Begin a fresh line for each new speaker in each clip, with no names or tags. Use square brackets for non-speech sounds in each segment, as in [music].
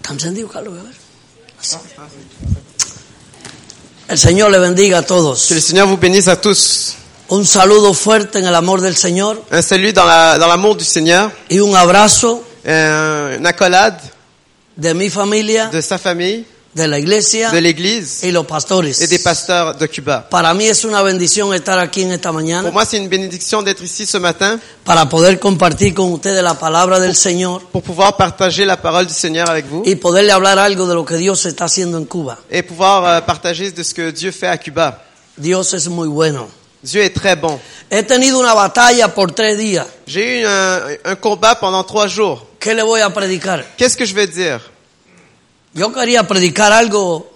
Está encendido, Carlos, a ver. Así. El Señor le bendiga a todos.
Que le Seigneur vous bénisse à tous.
Un saludo fuerte en el amor del Señor
Un salut dans la- dans l'amour du Seigneur,
y un abrazo
un- une accolade
de mi familia,
de sa famille,
de la iglesia
de l'Église
y los pastores.
et des pasteurs de Cuba.
Para mí es una bendición estar aquí en esta mañana
Pour moi, c'est une bénédiction d'être ici ce matin
para poder compartir con ustedes la palabra del Señor
pour pouvoir partager la parole du Seigneur avec vous
y poderle hablar algo de lo que Dios está haciendo en Cuba.
et pouvoir euh, partager de ce que Dieu fait à Cuba.
Dios es muy bueno.
Dieu est très bon.
He tenido una batalla por tres días.
J'ai eu un, un combat pendant trois jours.
¿Qué le voy a predicar?
Qu'est-ce que je vais dire
Yo quería predicar algo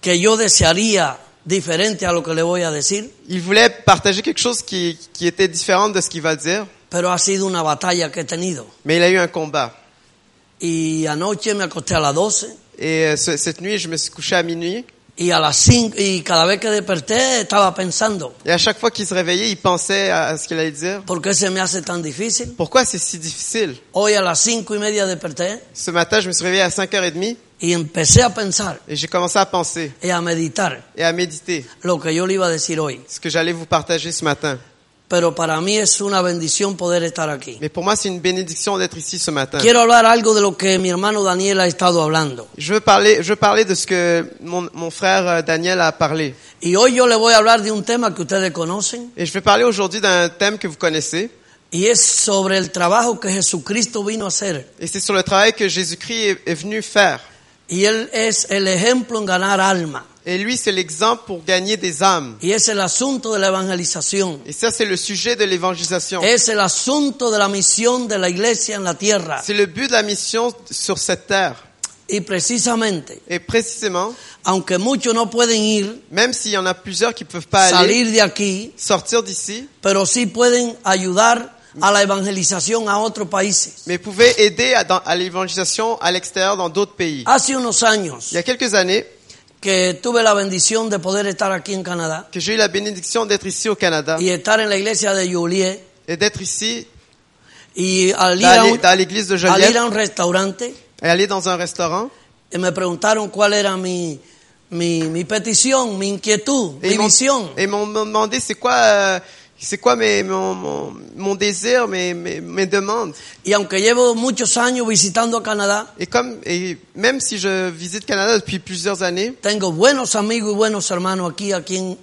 que yo desearía diferente a lo que le voy a decir,
Il voulait partager quelque chose qui, qui était différent de ce qu'il va dire,
pero ha sido una batalla que he tenido.
mais il a eu un combat.
Y anoche me acosté a las 12
Et euh, ce- cette nuit, je me suis couché à minuit.
y a las 5 y cada vez que desperté estaba pensando,
Et à chaque fois qu'il se réveillait, il pensait à à ce qu'il allait dire.
¿por qué se me hace tan difícil?
Pourquoi c'est si difficile
Hoy a las 5 y media desperté
Ce matin, je me suis réveillé à 5h30
y empecé a pensar
et j'ai commencé à penser
y a meditar
et à méditer
lo que yo le iba a decir hoy.
ce que j'allais vous partager ce matin.
Pero para mí es una bendición poder estar aquí.
Mais pour moi, c'est une bénédiction d'être ici ce matin.
Quiero hablar algo de lo que mi hermano Daniel ha estado hablando.
Je veux parler, je veux parler de ce que mon, mon frère euh, Daniel a parlé.
Y hoy yo le voy a hablar de un tema que ustedes conocen
Et je vais parler aujourd'hui d'un thème que vous connaissez.
y es sobre el trabajo que Jesucristo vino a hacer.
Et c'est sur le travail que Jésus-Christ est, est venu faire.
Y Él es el ejemplo en ganar alma.
Et lui, c'est l'exemple pour gagner des âmes.
Y es el asunto de la evangelización.
Et ça, c'est le sujet de l'évangélisation.
Es el asunto de la misión de la iglesia en la tierra.
C'est le but de la mission sur cette terre.
Y precisamente,
Et précisément,
aunque muchos no pueden ir,
même s'il y en a plusieurs qui ne peuvent pas aller,
salir de aquí,
sortir d'ici,
pero sí pueden ayudar a la evangelización a otros países.
mais pouvez aider à, dans- à l'évangélisation à l'extérieur dans d'autres pays.
Hace unos años
Il y a quelques années
que tuve la bendición de poder estar aquí en Canadá
que j'ai eu la bénédiction d'être ici au Canada
y estar en la iglesia de Juliet
et d'être ici
Y al ir, a
dans l'é-
un,
dans l'église de
al ir a
Joliette
un restaurante,
et aller dans un restaurant.
eh, me preguntaron cuál era mi, mi, mi petición, mi inquietud,
Et
mi
ils m'ont-
visión.
et m'ont m'ont demandé c'est quoi, euh, c'est quoi mes, mon, mon, mon désir, mes, mes, mes demandes.
Y aunque llevo muchos años visitando a Canadá,
Et, comme, et même si je visite Canada depuis plusieurs années,
tengo buenos amigos y buenos hermanos aquí, a quien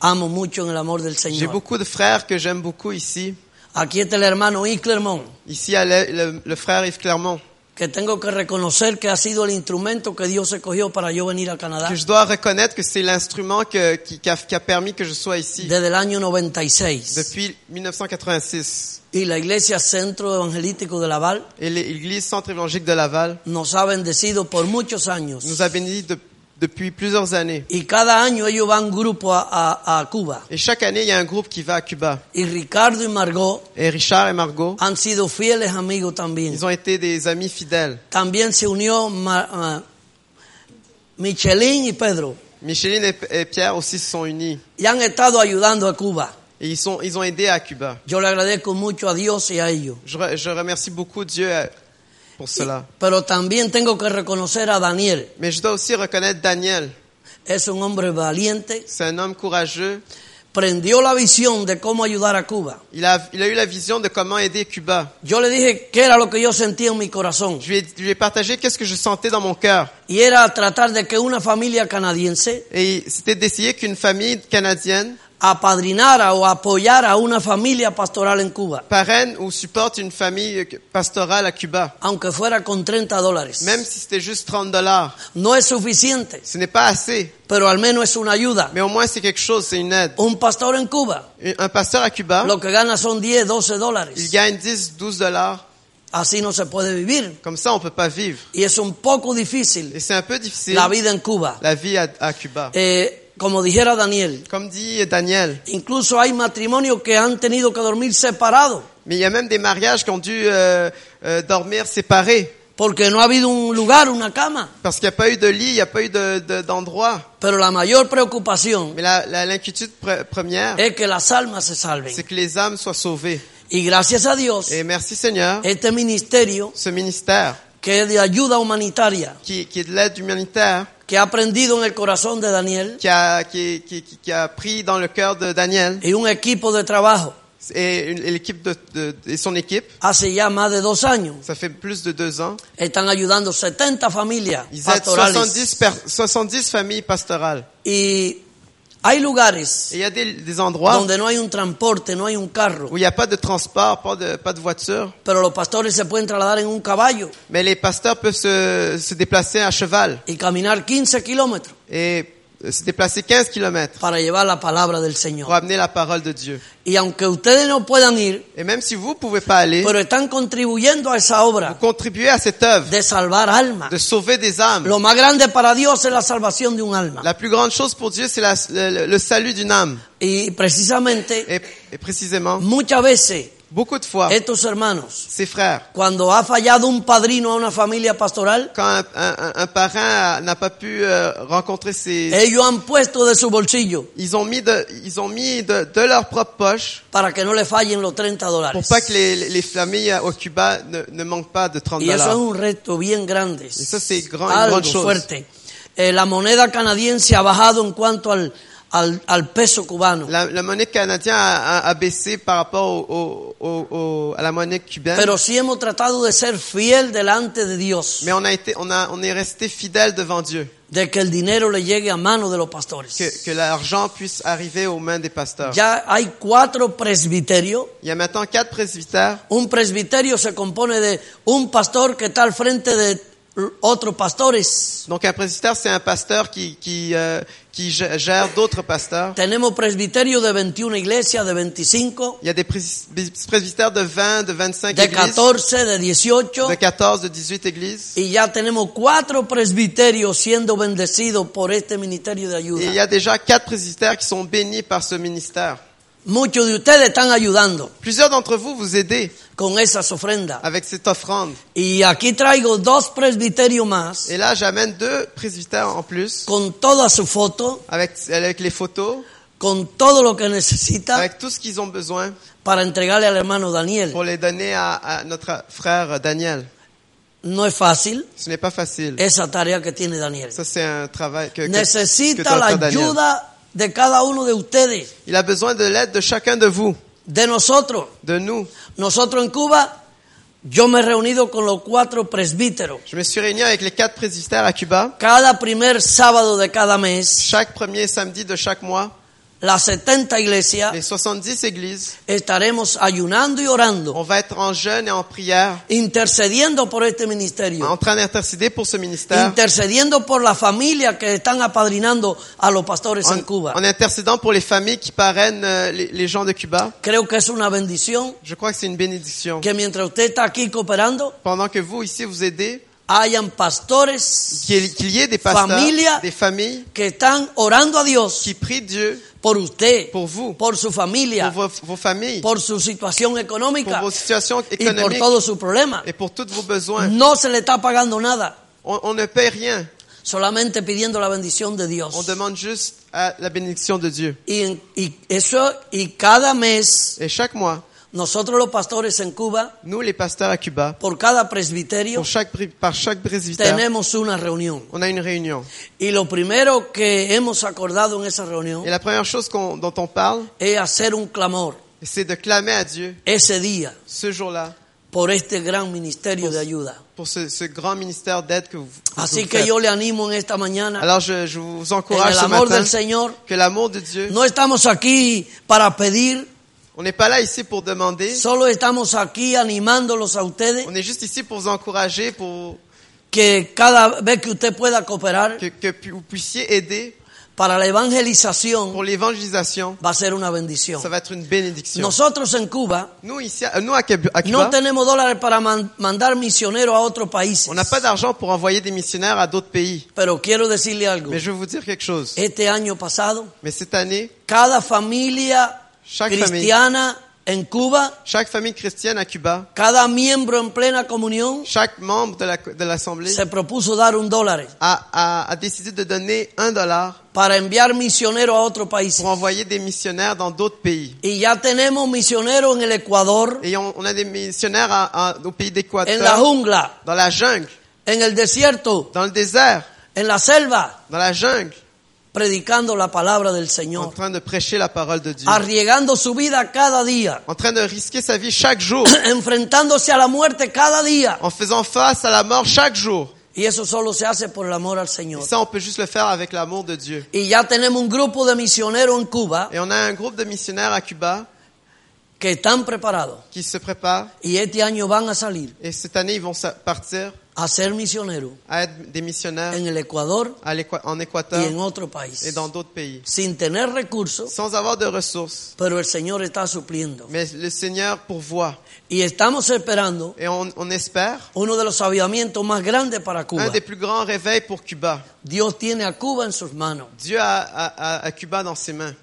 amo mucho en el amor del
J'ai
Señor.
beaucoup de frères que j'aime beaucoup ici.
Aquí está el hermano Yves Clermont,
Ici, à le, le- le frère Yves Clermont,
que tengo que reconocer que ha sido el instrumento que Dios escogió para yo venir a Canadá
que je dois reconnaître que c'est l'instrument que- qui, qui a, qui a permis que je sois ici
desde el año 96.
depuis 1986.
Y la iglesia Centro Evangelístico de Laval
Et l'é- l'Église Centre évangélique de Laval
nos ha bendecido por muchos años.
nous a bénis de- depuis plusieurs années.
Y cada año ellos van grupo a, a- a Cuba.
Et chaque année, il y a un groupe qui va à Cuba.
Y Ricardo y Margot
Et Richard et Margot,
han sido fieles amigos también.
ils ont été des amis fidèles.
También se unió Ma- ah, Michelin y Pedro.
Micheline et, et Pierre aussi se sont unis.
Y han estado ayudando a Cuba.
Et ils, sont, ils ont aidé à Cuba.
Yo le agradezco mucho a Dios y a ellos.
Je, re- je remercie beaucoup Dieu euh, pour cela.
Pero también tengo que reconocer a Daniel.
Mais je dois aussi reconnaître Daniel.
Es un hombre valiente.
C'est un homme courageux.
Prendió la visión de cómo ayudar a Cuba.
Il a, il a eu la vision de comment aider Cuba.
Yo le dije qué era lo que yo sentía en mi corazón.
Je lui ai, je lui ai partagé qu'est-ce que je sentais dans mon cœur.
Y era tratar de que una familia canadiense
Et c'était d'essayer qu'une famille canadienne
apadrinara o apoyara a una familia pastoral en Cuba,
parraine ou supporte une famille pastorale à Cuba.
aunque fuera con 30 dólares.
Même si c'était juste 30 dollars.
No es suficiente,
Ce n'est pas assez.
pero al menos es una ayuda.
Mais au moins c'est quelque chose, c'est une aide.
Un pastor en Cuba,
Un- Un pasteur à Cuba,
lo que gana son 10, 12
il
dólares.
gagne 10, 12 dollars.
Así no se puede vivir.
Comme ça, on peut pas vivre.
Y es un poco difícil
Et c'est un peu difficile,
la vida en Cuba.
la vie à, à Cuba.
Eh, como dijera Daniel,
Comme dit Daniel,
incluso hay matrimonios que han tenido que dormir separados
mais il y a même des mariages qui ont dû euh, euh, dormir séparés.
porque no ha habido un lugar, una cama.
Parce qu'il n'y a pas eu de lit, il n'y a pas eu de- de- d'endroit.
Pero la mayor preocupación
Mais la- la- l'inquiétude pre- première,
es que las almas se salven.
c'est que les âmes soient sauvées. Eh,
Y gracias a Dios,
Et merci Seigneur,
este ministerio
ce ministère
que es de ayuda humanitaria,
qui, qui est de l'aide humanitaire,
que ha aprendido en el corazón de Daniel,
qui a, qui, qui, qui- qui a pris dans le cœur de Daniel
y un equipo de trabajo
et, une- et l'équipe de, de- et son équipe.
hace ya más de dos años.
Ça fait plus de deux ans.
Están ayudando 70 familias
Ils aident
pastorales.
70, per- 70 familles pastorales.
Y hay lugares
Et il y a des, des endroits
donde no hay un transporte, no hay un carro,
où il n'y a pas de transport, pas de, pas de voiture,
pero los pastores se pueden trasladar en un caballo
mais les pasteurs peuvent se, se déplacer à cheval
y caminar 15 kilómetros
et se déplacer 15 kilomètres
para llevar la palabra del
pour
Señor.
amener la parole de Dieu.
Y aunque ustedes no puedan ir,
Et même si vous ne pouvez pas aller,
pero están contribuyendo a esa obra
contribuez à cette œuvre
de salvar almas.
de sauver des âmes.
Lo más grande para Dios es la salvación de un alma.
La plus grande chose pour Dieu, c'est la- le, le salut d'une âme.
Y precisamente,
Et, et précisément,
muchas veces,
beaucoup de fois,
estos hermanos,
ses frères,
cuando ha fallado un padrino a una familia pastoral,
quand un, un- un parrain a- n'a pas pu euh, rencontrer ses...
ellos han puesto de su bolsillo
Ils ont mis, de, ils ont mis de, de leur propre poche
para que no le fallen los 30
pour
dólares.
pas que les, les- les familles au Cuba ne, ne manquent pas de 30
Y eso es
dollars.
un reto bien grande.
Eso sí, gran-
algo
gran cosa.
fuerte. Eh, la moneda canadiense ha bajado en cuanto al, al, al peso cubano.
La, la monnaie canadienne a, a- a baissé par rapport au, au- au- au- à la monnaie cubaine.
Pero sí hemos tratado de ser fiel delante de Dios,
Mais on a été, on a, on est resté fidèle devant Dieu.
de que el dinero le llegue a manos de los pastores.
Que, que l'argent puisse arriver aux mains des pasteurs.
Ya hay cuatro presbiterios.
Il y a maintenant quatre presbytères.
Un presbiterio se compone de un pastor que está al frente de otros pastores.
Donc un presbytère, c'est un pasteur qui, qui, euh, qui g- gère d'autres pasteurs.
Tenemos presbiterio de 21 iglesias, de 25,
Il y a des pres- bis- presbytères de 20, de 25
de
églises,
14, de 18.
de 14, de 18 églises.
Y ya tenemos cuatro presbiterios siendo bendecidos por este ministerio de
Et il y
ayuda.
a déjà quatre presbytères qui sont bénis par ce ministère.
Muchos de ustedes están ayudando
Plusieurs d'entre vous vous aidez
con esas ofrendas.
avec cette offrande.
Y aquí traigo dos presbiterios más
Et là, j'amène deux presbytères en plus,
con toda su foto,
avec, avec les photos,
con todo lo que necesita
avec tout ce qu'ils ont besoin
para entregarle al hermano Daniel.
pour les donner à, à notre frère Daniel.
No es fácil
Ce n'est pas facile.
esa tarea que tiene Daniel.
Ça, c'est un travail que, que, que
Necesita
doit
la
faire Daniel.
ayuda de cada uno de ustedes,
Il a besoin de l'aide de chacun de vous,
de nosotros.
de nous.
Nosotros en Cuba, yo me he reunido con los cuatro presbíteros.
Je me suis réuni avec les quatre presbytères à Cuba.
Cada primer sábado de cada mes,
Chaque premier samedi de chaque mois,
las 70
les
iglesias
70 églises,
estaremos ayunando y orando,
on va être en jeûne et en prière,
intercediendo por este ministerio,
en train d'intercéder pour ce ministère,
intercediendo por la familia que están apadrinando a los pastores en
en,
Cuba.
en intercédant pour les familles qui parrainent euh, les, les gens de Cuba.
Creo que es una bendición
Je crois que c'est une bénédiction.
que mientras usted está aquí cooperando,
Pendant que vous, ici, vous aidez,
hayan pastores
qu'il y ait- qu'il y ait des pasteurs,
Familia.
des familles
que están orando a Dios
qui prient Dieu
por usted,
pour vous,
por su
pour
familia,
vos, vos familles,
por su situación
pour
económica
vos situations
y por
économiques
todos sus problemas.
et pour tous vos besoins.
No se le está pagando nada.
On, on ne paie rien.
solamente pidiendo la bendición de
On
Dios.
demande juste à la bénédiction de Dieu.
Y, en- y eso y cada mes
Et chaque mois,
nosotros los pastores en Cuba
nous, les pasteurs à Cuba,
por cada presbiterio
pour chaque, pri- par chaque presbytère,
tenemos una reunión
on a une réunion.
y lo primero que hemos acordado en esa reunión
Et la première chose qu'on- dont on parle,
es hacer un clamor
c'est de clamer à Dieu
ese día
ce jour-là
por este gran ministerio de ayuda.
pour ce, ce grand ministère d'aide que vous, que
Así
vous
que
faites.
yo le animo en esta mañana
Alors, je, je vous
en
encourage
el
ce
amor
matin
del Señor.
que l'amour de Dieu,
No estamos aquí para pedir,
on n'est pas là ici pour demander,
solo estamos aquí animándolos a ustedes
on est juste ici pour vous encourager, pour
que cada vez que usted pueda cooperar
que, que pu- vous puissiez aider
para la evangelización
pour l'évangélisation.
va a ser una bendición.
Ça va être une bénédiction.
Nosotros en Cuba
Nous, ici, à- nous à Cub- à Cuba,
no tenemos dólares para man- mandar misioneros a otros países.
on n'a pas d'argent pour envoyer des missionnaires à d'autres pays.
Pero quiero decirle algo.
Mais je vais vous dire quelque chose.
Este año pasado,
Mais cette année,
cada familia
Chaque
cristiana En Cuba,
Chaque famille chrétienne à Cuba,
cada miembro en plena comunión
chaque membre de la- de l'Assemblée
se propuso dar un dólar
a, a- a décidé de donner un dollar
para enviar misioneros a otro país.
pour envoyer des missionnaires dans d'autres pays.
Y ya tenemos misioneros en el Ecuador,
Et on, on a des missionnaires à- à- au pays
en la
d'Équateur,
jungla,
dans la jungle,
en el desierto,
dans le désert,
en la selva,
dans la jungle,
predicando la palabra del
en
Señor,
train de prêcher la parole de Dieu,
arriesgando su vida cada día, [clears throat]
en train de risquer sa vie chaque jour, [coughs]
enfrentándose a la muerte cada día.
en faisant face à la mort chaque jour.
Y eso solo se hace por el amor al Señor.
Et ça, on peut juste le faire avec l'amour de Dieu.
Y ya tenemos un grupo de misioneros en Cuba
Et on a un groupe de missionnaires à Cuba
que están preparados.
qui se préparent.
Y este año van a salir
Et cette année, ils vont sa- partir
a ser misioneros
à être des missionnaires
en el Ecuador
à l'Équa- en
y en
Équateur
otro
et
país.
dans d'autres pays.
Sin tener recursos,
sans avoir de ressources.
pero el Señor está supliendo.
Mais le Seigneur pourvoit.
Y estamos esperando
Et on, on espère
uno de los avivamientos más grandes para
un
Cuba.
des plus grands réveils pour Cuba.
Dios tiene a Cuba en sus manos.
Dieu a, a- a- a Cuba dans ses mains.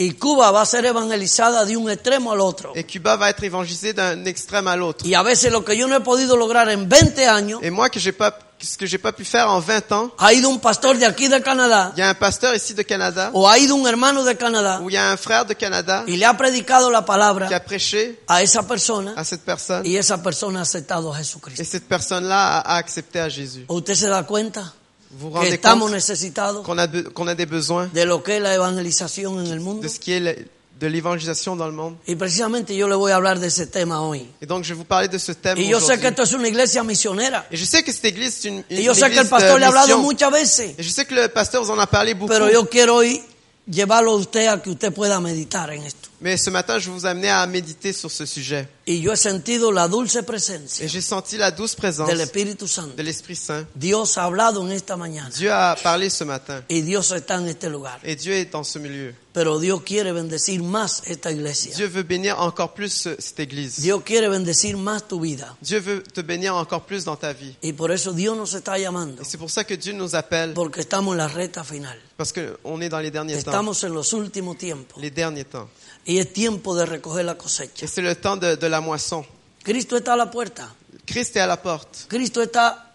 Y Cuba va a ser evangelizada de un extremo al otro.
Et Cuba va être évangélisée d'un extrême à l'autre.
Y a veces lo que yo no he podido lograr en 20 años,
Et moi, que j'ai pas, ce que j'ai pas pu faire en 20 ans,
ha ido un pastor de aquí de Canadá
il y a un pasteur ici de Canada,
o ha ido un hermano de Canadá
ou il y a un frère de Canada
y le ha predicado la
qui a
palabra
prêché
a esa persona
à cette personne.
y esa persona ha aceptado a
Et
Jesucristo.
cette personne-là a, a accepté à Jésus.
¿Usted se da cuenta
Vous vous
que
rendez
estamos
compte
necesitados
qu'on a, be- qu'on a des besoins
de lo que es la evangelización en el mundo?
de ce qui est le- de l'évangélisation dans le monde.
Y precisamente yo le voy a hablar de ese tema hoy.
Et donc, je vais vous parler de ce thème
Y yo sé que
aujourd'hui.
esto es una iglesia misionera.
Et je sais que cette église, c'est une, une
Y yo sé que
église
el pastor
de
le ha hablado
mission.
muchas veces.
Et je sais que le pasteur vous en a parlé beaucoup.
Pero yo quiero hoy llevarlo a usted a que usted pueda meditar en esto.
Mais ce matin, je vous amenais à méditer sur ce sujet.
Y yo he sentido la dulce presencia
Et j'ai senti la douce présence
del Espíritu Santo.
de l'Esprit Saint.
Dios ha hablado en esta mañana.
Dieu a parlé ce matin.
Y Dios está en este lugar.
Et Dieu est dans ce milieu.
Pero Dios quiere bendecir más esta iglesia.
Dieu veut bénir encore plus ce- cette église.
Dios quiere bendecir más tu vida.
Dieu veut te bénir encore plus dans ta vie.
Y por eso Dios nos está llamando.
Et c'est pour ça que Dieu nous appelle.
Porque estamos en la recta final.
Parce qu'on est dans les derniers temps.
Estamos en los últimos tiempos.
Les derniers temps.
Y es tiempo de recoger la cosecha.
Et c'est le temps de, de la moisson.
Cristo está a la puerta.
Christ est à la porte.
Cristo está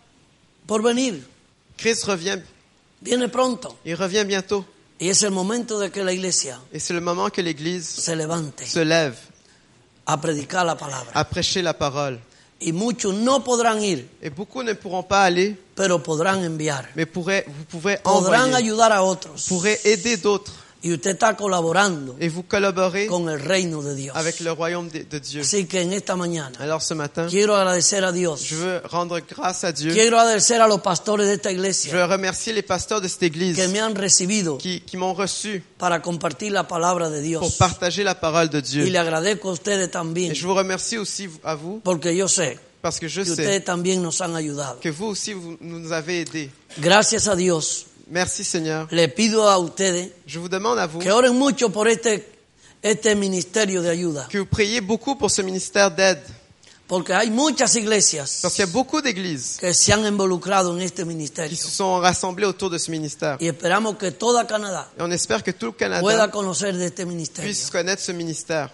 por venir.
Christ revient.
Viene pronto.
Il revient bientôt.
Y es el momento de que la iglesia
Et c'est le moment que l'église
se levante
se lève
a predicar la palabra.
à prêcher la parole.
Y muchos no podrán ir,
Et beaucoup ne pourront pas aller,
pero podrán enviar.
mais pourrez, vous pourrez
Podrán
envoyer,
ayudar a otros.
pourrez aider d'autres
Y usted está colaborando
et vous collaborer
con el reino de Dios.
avec le royaume de, de Dieu.
Así que en esta mañana
Alors ce matin,
quiero agradecer a Dios.
je veux rendre grâce à Dieu.
Quiero agradecer a los pastores de esta
Je
iglesia
veux remercier les pasteurs de cette
que
église
me han recibido
qui, Pues, qui m'ont reçu
para compartir la palabra de
pour
Dios.
partager la parole de
Y
Dieu.
le agradezco a ustedes
Et
también,
je vous remercie aussi vous- à vous
porque yo sé
parce que je
que
sais
ustedes también nos han ayudado.
que vous aussi vous nous avez aidés.
Gracias a Dios.
Merci Seigneur.
Le pido a ustedes
Je vous demande à vous
que oren mucho por este, este ministerio de ayuda,
que vous priez beaucoup pour ce ministère d'aide
porque hay muchas iglesias
parce qu'il y a beaucoup d'églises
que se han involucrado en este
qui
ministerio
se sont rassemblées autour de ce ministère.
y esperamos que toda Canadá
Et on espère que tout le
pueda
Canada
conocer de este ministerio
puisse connaître ce ministère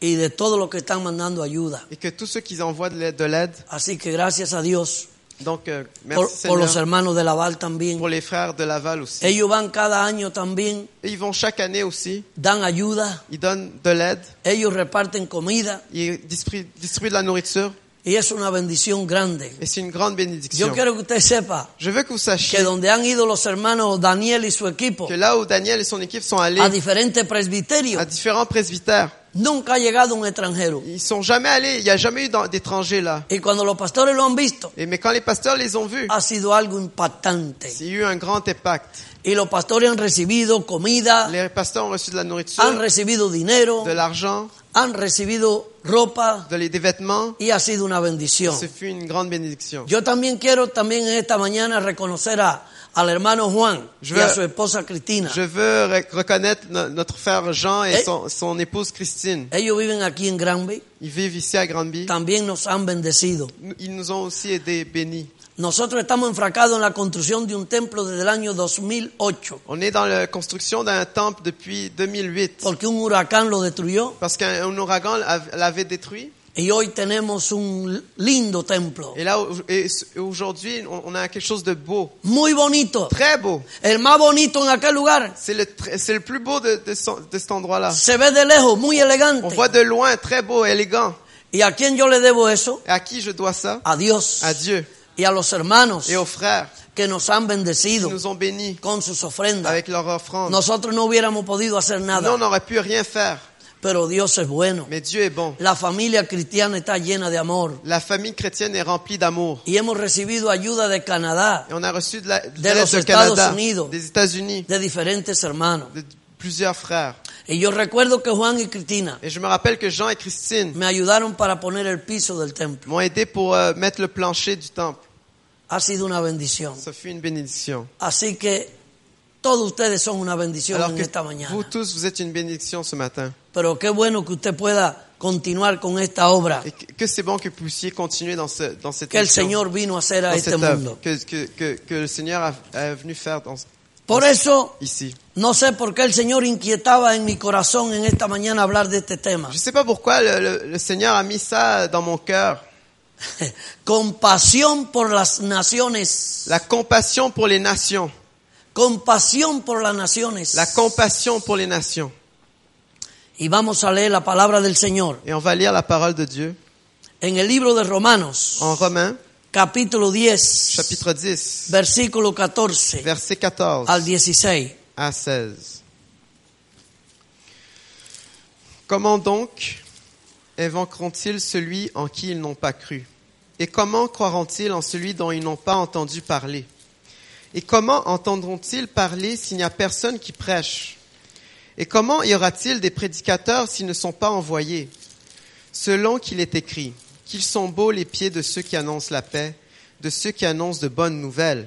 y de todos los que están mandando ayuda.
et que tous ceux qui envoient de l'aide, de l'aide
Así que gracias a Dios
donc euh, merci
por, por
Seigneur,
los hermanos de Laval también.
pour les frères de Laval aussi.
Ellos van cada año también,
Et ils vont chaque année aussi,
dan ayuda,
ils donnent de l'aide,
ellos reparten comida
ils distribuent, distribuent de la nourriture
y es una bendición grande.
et c'est une grande
Yo
bénédiction.
quiero que usted sepa
Je veux que vous
que
sachiez
donde han ido los hermanos Daniel y su equipo,
que là où Daniel et son équipe sont allés
a diferentes presbiterios.
à différents presbytères,
Nunca ha llegado un extranjero.
ils sont jamais allés, il n'y a jamais eu d'en- d'étrangers là.
Y cuando los pastores lo han visto,
Et, mais quand les pasteurs les ont vus,
ha sido algo impactante.
il y a eu un grand impact.
Y los pastores han recibido comida,
Les pasteurs ont reçu de la
han
nourriture,
recibido dinero,
de l'argent,
han recibido ropa
de les- des vêtements.
y ha sido una bendición.
Ce fut une grande bénédiction.
Yo también quiero también en esta mañana reconocer a, al hermano Juan y
Je
a
veux-
su esposa Cristina.
Je veux rec- reconnaître no- notre frère Jean et
Eh.
son, son épouse Christine.
Ellos viven aquí en Granby,
Ils vivent ici à Granby.
también nos han bendecido.
Nous- Ils nous ont aussi aidés, bénis.
Nosotros estamos enfracados en la construcción de un templo desde el año 2008,
On est dans la construction d'un temple depuis 2008
porque un huracán lo destruyó
parce qu'un un ouragan l'av- l'avait détruit.
y hoy tenemos un lindo templo,
Et là, au- et s- aujourd'hui, on on a quelque chose de beau,
muy bonito,
très beau.
el más bonito en aquel lugar.
C'est le, tr- c'est le plus beau de, de son- de cet endroit-là.
Se ve de lejos, muy
On
elegante.
voit de loin, très beau, élégant.
¿Y a quién yo le debo eso?
Et à qui je dois ça
A Dios
À Dieu
y a los hermanos
et aux frères
que nos han
qui
bendecido
nous ont bénis
con sus ofrendas.
avec leur offrande.
Nosotros no hubiéramos podido hacer
Nous, on
nada,
n'aurait pu rien faire,
pero Dios es bueno.
mais Dieu est bon.
La familia cristiana está llena de amor
La famille chrétienne est remplie d'amour.
y hemos recibido ayuda de Canadá,
Et on a reçu de la de
De
l'aide
los
du
Estados
Canada,
Unidos.
des États-Unis,
de diferentes hermanos.
de plusieurs frères.
Y yo recuerdo que Juan y Cristina
Et je me rappelle que Jean et Christine
me ayudaron para poner el piso del templo.
m'ont aidé pour euh, mettre le plancher du temple.
Ha sido una bendición.
Ça fut une bénédiction.
Así que todos ustedes son una bendición
Alors
en esta
que
mañana.
vous tous, vous êtes une bénédiction ce matin.
Pero qué bueno que usted pueda continuar con esta obra
Et que que c'est bon que vous puissiez continuer dans, ce, dans cette
que el
mission,
Señor vino a hacer
dans
a este
cette œuvre
mundo.
que, que, que, que le Seigneur a, a venu faire dans,
Por eso
ici.
no sé por qué el Señor inquietaba en mi corazón en esta mañana hablar de este tema.
Je ne sais pas pourquoi le, le- le Seigneur a mis ça dans mon cœur.
Compasión por las naciones.
La compassion pour les nations.
Compasión por las naciones.
La compassion pour les nations.
Y vamos a leer la palabra del Señor
Et on va lire la parole de Dieu
en el libro de Romanos,
en Romains,
capítulo 10,
chapitre 10,
versículo 14
verset 14.
al 16.
à 16. Comment donc invoqueront-ils celui en qui ils n'ont pas cru Et comment croiront-ils en celui dont ils n'ont pas entendu parler Et comment entendront-ils parler s'il n'y a personne qui prêche Et comment y aura-t-il des prédicateurs s'ils ne sont pas envoyés Selon qu'il est écrit, qu'ils sont beaux les pieds de ceux qui annoncent la paix, de ceux qui annoncent de bonnes nouvelles.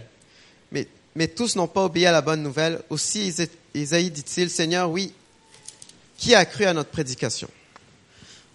Mais, mais tous n'ont pas obéi à la bonne nouvelle. Aussi Isé- Isaïe dit-il, Seigneur, oui, qui a cru à notre prédication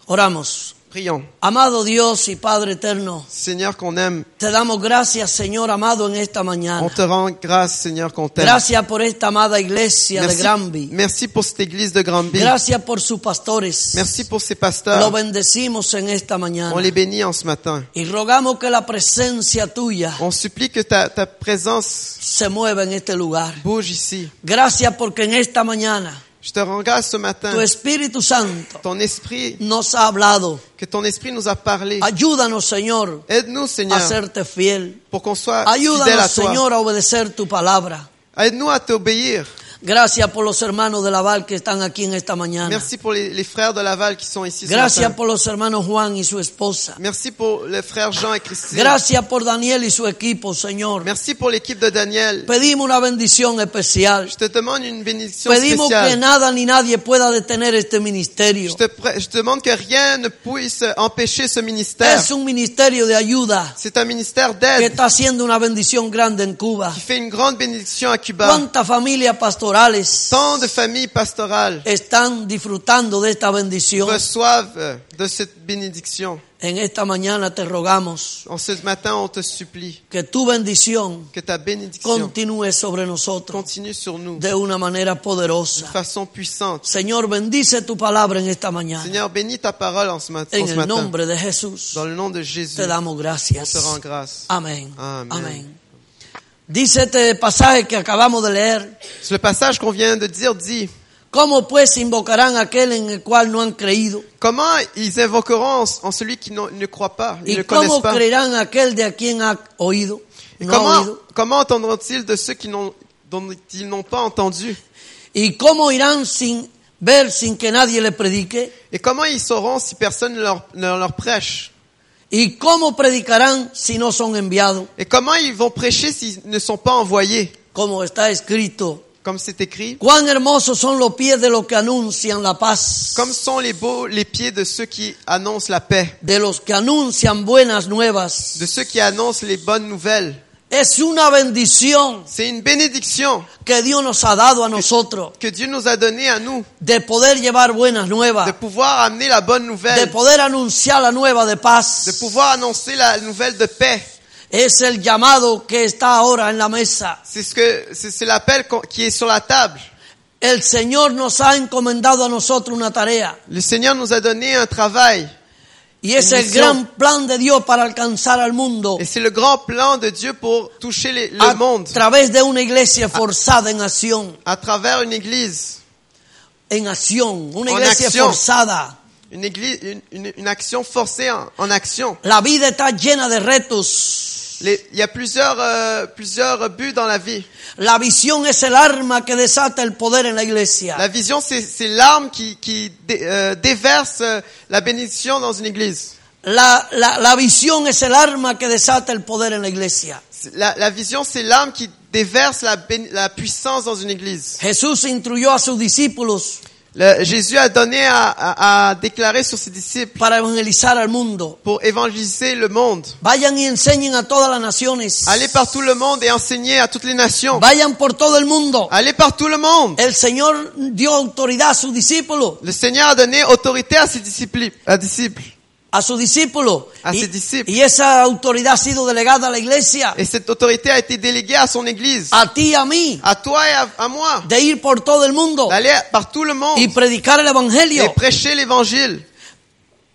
Oramos.
Prions.
Amado Dios y Padre eterno,
Seigneur qu'on aime,
te damos gracias, Señor amado, en esta
on
mañana.
te rend grâce, Seigneur qu'on t'aime.
Ah. Gracias por esta amada iglesia de Granby.
merci pour cette église de Granby.
Gracias por sus pastores.
Merci pour ces
Lo
pasteurs.
bendecimos en esta mañana.
On les bénit en ce matin.
Y rogamos que la presencia tuya
On supplie que ta, ta présence
se mueva en este lugar.
bouge ici.
Gracias porque en esta mañana
Je te rends grâce ce
tu
matin.
Espíritu Santo
Ton esprit,
nos ha hablado.
que ton esprit nous a parlé.
Ayúdanos, Señor,
Aide-nous,
a
Seigneur,
serte fiel.
pour qu'on soit fidèles à
Ayúdanos,
toi.
Señor, a obedecer tu palabra.
Aide-nous à t'obéir.
Gracias por los hermanos de Laval que están aquí en esta mañana.
Merci pour les, les frères de Laval qui sont ici. ce
Gracias
matin.
por los hermanos Juan y su esposa.
Merci pour les frères Jean et Christine.
Gracias por Daniel y su equipo, Señor.
Merci pour l'équipe de Daniel.
Pedimos una bendición especial.
Je te demande une bénédiction
Pedimos que
spéciale.
nada ni nadie pueda detener este ministerio.
Je te, pr- je te demande que rien ne puisse empêcher ce ministère.
Es un ministerio de ayuda
C'est un ministère
que
d'aide
está haciendo una bendición grande en Cuba.
qui fait une grande bénédiction à Cuba.
¿Cuántas familias pastorales
Tant de familles pastorales
están disfrutando de esta bendición?
reçoivent euh, de cette bénédiction.
En esta mañana te rogamos
En ce matin, on te supplie
que tu bendición
que ta bénédiction
continúe sobre nosotros
continue sur nous de
de una manera poderosa.
façon puissante.
Señor, bendice tu palabra en esta mañana.
Seigneur, bénis ta parole en ce, mat- en
En
ce
el
matin.
nombre de Jesús
Dans le nom de Jésus,
te damos
on te rend
gracias.
grâce.
Amén.
Amén.
Amén. Dice este pasaje que acabamos de leer.
Le passage qu'on vient de dire dit
¿Cómo pues invocarán a aquel en el cual no han creído?
Comment ils invoqueront en, en celui qui n'en- ne croit pas, ils
¿Y
ne
cómo
connaissent pas
creerán a aquel de a quien ha oído?
Et
No ha
Comment,
oído.
comment entendront-ils de ceux qui n'ont, dont ils n'ont pas entendu
¿Y cómo irán sin ver, sin que nadie les predique?
Et comment ils sauront si personne ne leur, ne leur prêche
¿Y cómo predicarán si no son enviados?
Et comment ils vont prêcher s'ils ne sont pas envoyés
Como está escrito.
Comme c'est écrit
Cuán hermosos son los pies de los que anuncian la paz,
Comme sont les beaux les pieds de ceux qui annoncent la paix,
de los que anuncian buenas nuevas.
de ceux qui annoncent les bonnes nouvelles.
Es una bendición
C'est une bénédiction
que Dios nos ha dado a nosotros
que Dieu nous a donnée à nous
de poder llevar buenas
de
nuevas,
pouvoir amener la bonne
de
nouvelle,
poder anunciar la nueva de
de
paz.
pouvoir annoncer la nouvelle de paix.
Es el llamado que está ahora en la mesa.
C'est ce que c'est c'est l'appel qu'on- qui est sur la table.
El Señor nos ha encomendado a nosotros una tarea.
Le Seigneur nous a donné un travail
Y es el
Misión.
gran plan de Dios para alcanzar al mundo
et c'est le grand plan de Dieu pour toucher les- le
a
monde
través de una iglesia forzada en acción.
à travers une église,
En acción, una
En
iglesia
acción.
forzada.
une église, une, une- une action forcée en, en action.
La vida está llena de retos.
Les- il y a plusieurs euh, plusieurs buts dans la vie.
La visión es el arma que desata el poder en la iglesia.
La vision, c'est c'est l'arme qui, qui dé- euh, déverse euh, la bénédiction dans une église.
La, la- la visión es el arma que desata el poder en la iglesia.
C'est- La, la vision, c'est l'arme qui déverse la, béni- la puissance dans une église.
Jesús instruyó a sus discípulos
Le- Jésus a donné à, à, à déclarer sur ses disciples
para evangelizar al mundo.
pour évangéliser le monde.
Vayan y enseñen a todas las naciones.
Allez par tout le monde et enseigner à toutes les nations.
Vayan por todo el mundo.
Allez par tout le monde.
El Señor dio autoridad a sus discípulos,
Le Seigneur a donné autorité à ses disciples. À disciples.
a sus discípulos.
A
y,
sus discípulos.
y esa autoridad ha sido delegada a la iglesia,
Et cette autorité a été déléguée à son église.
a ti y a mí,
À toi et à, à moi.
de ir por todo el mundo
D'aller par tout le monde
y predicar el
et
evangelio
prêcher l'évangile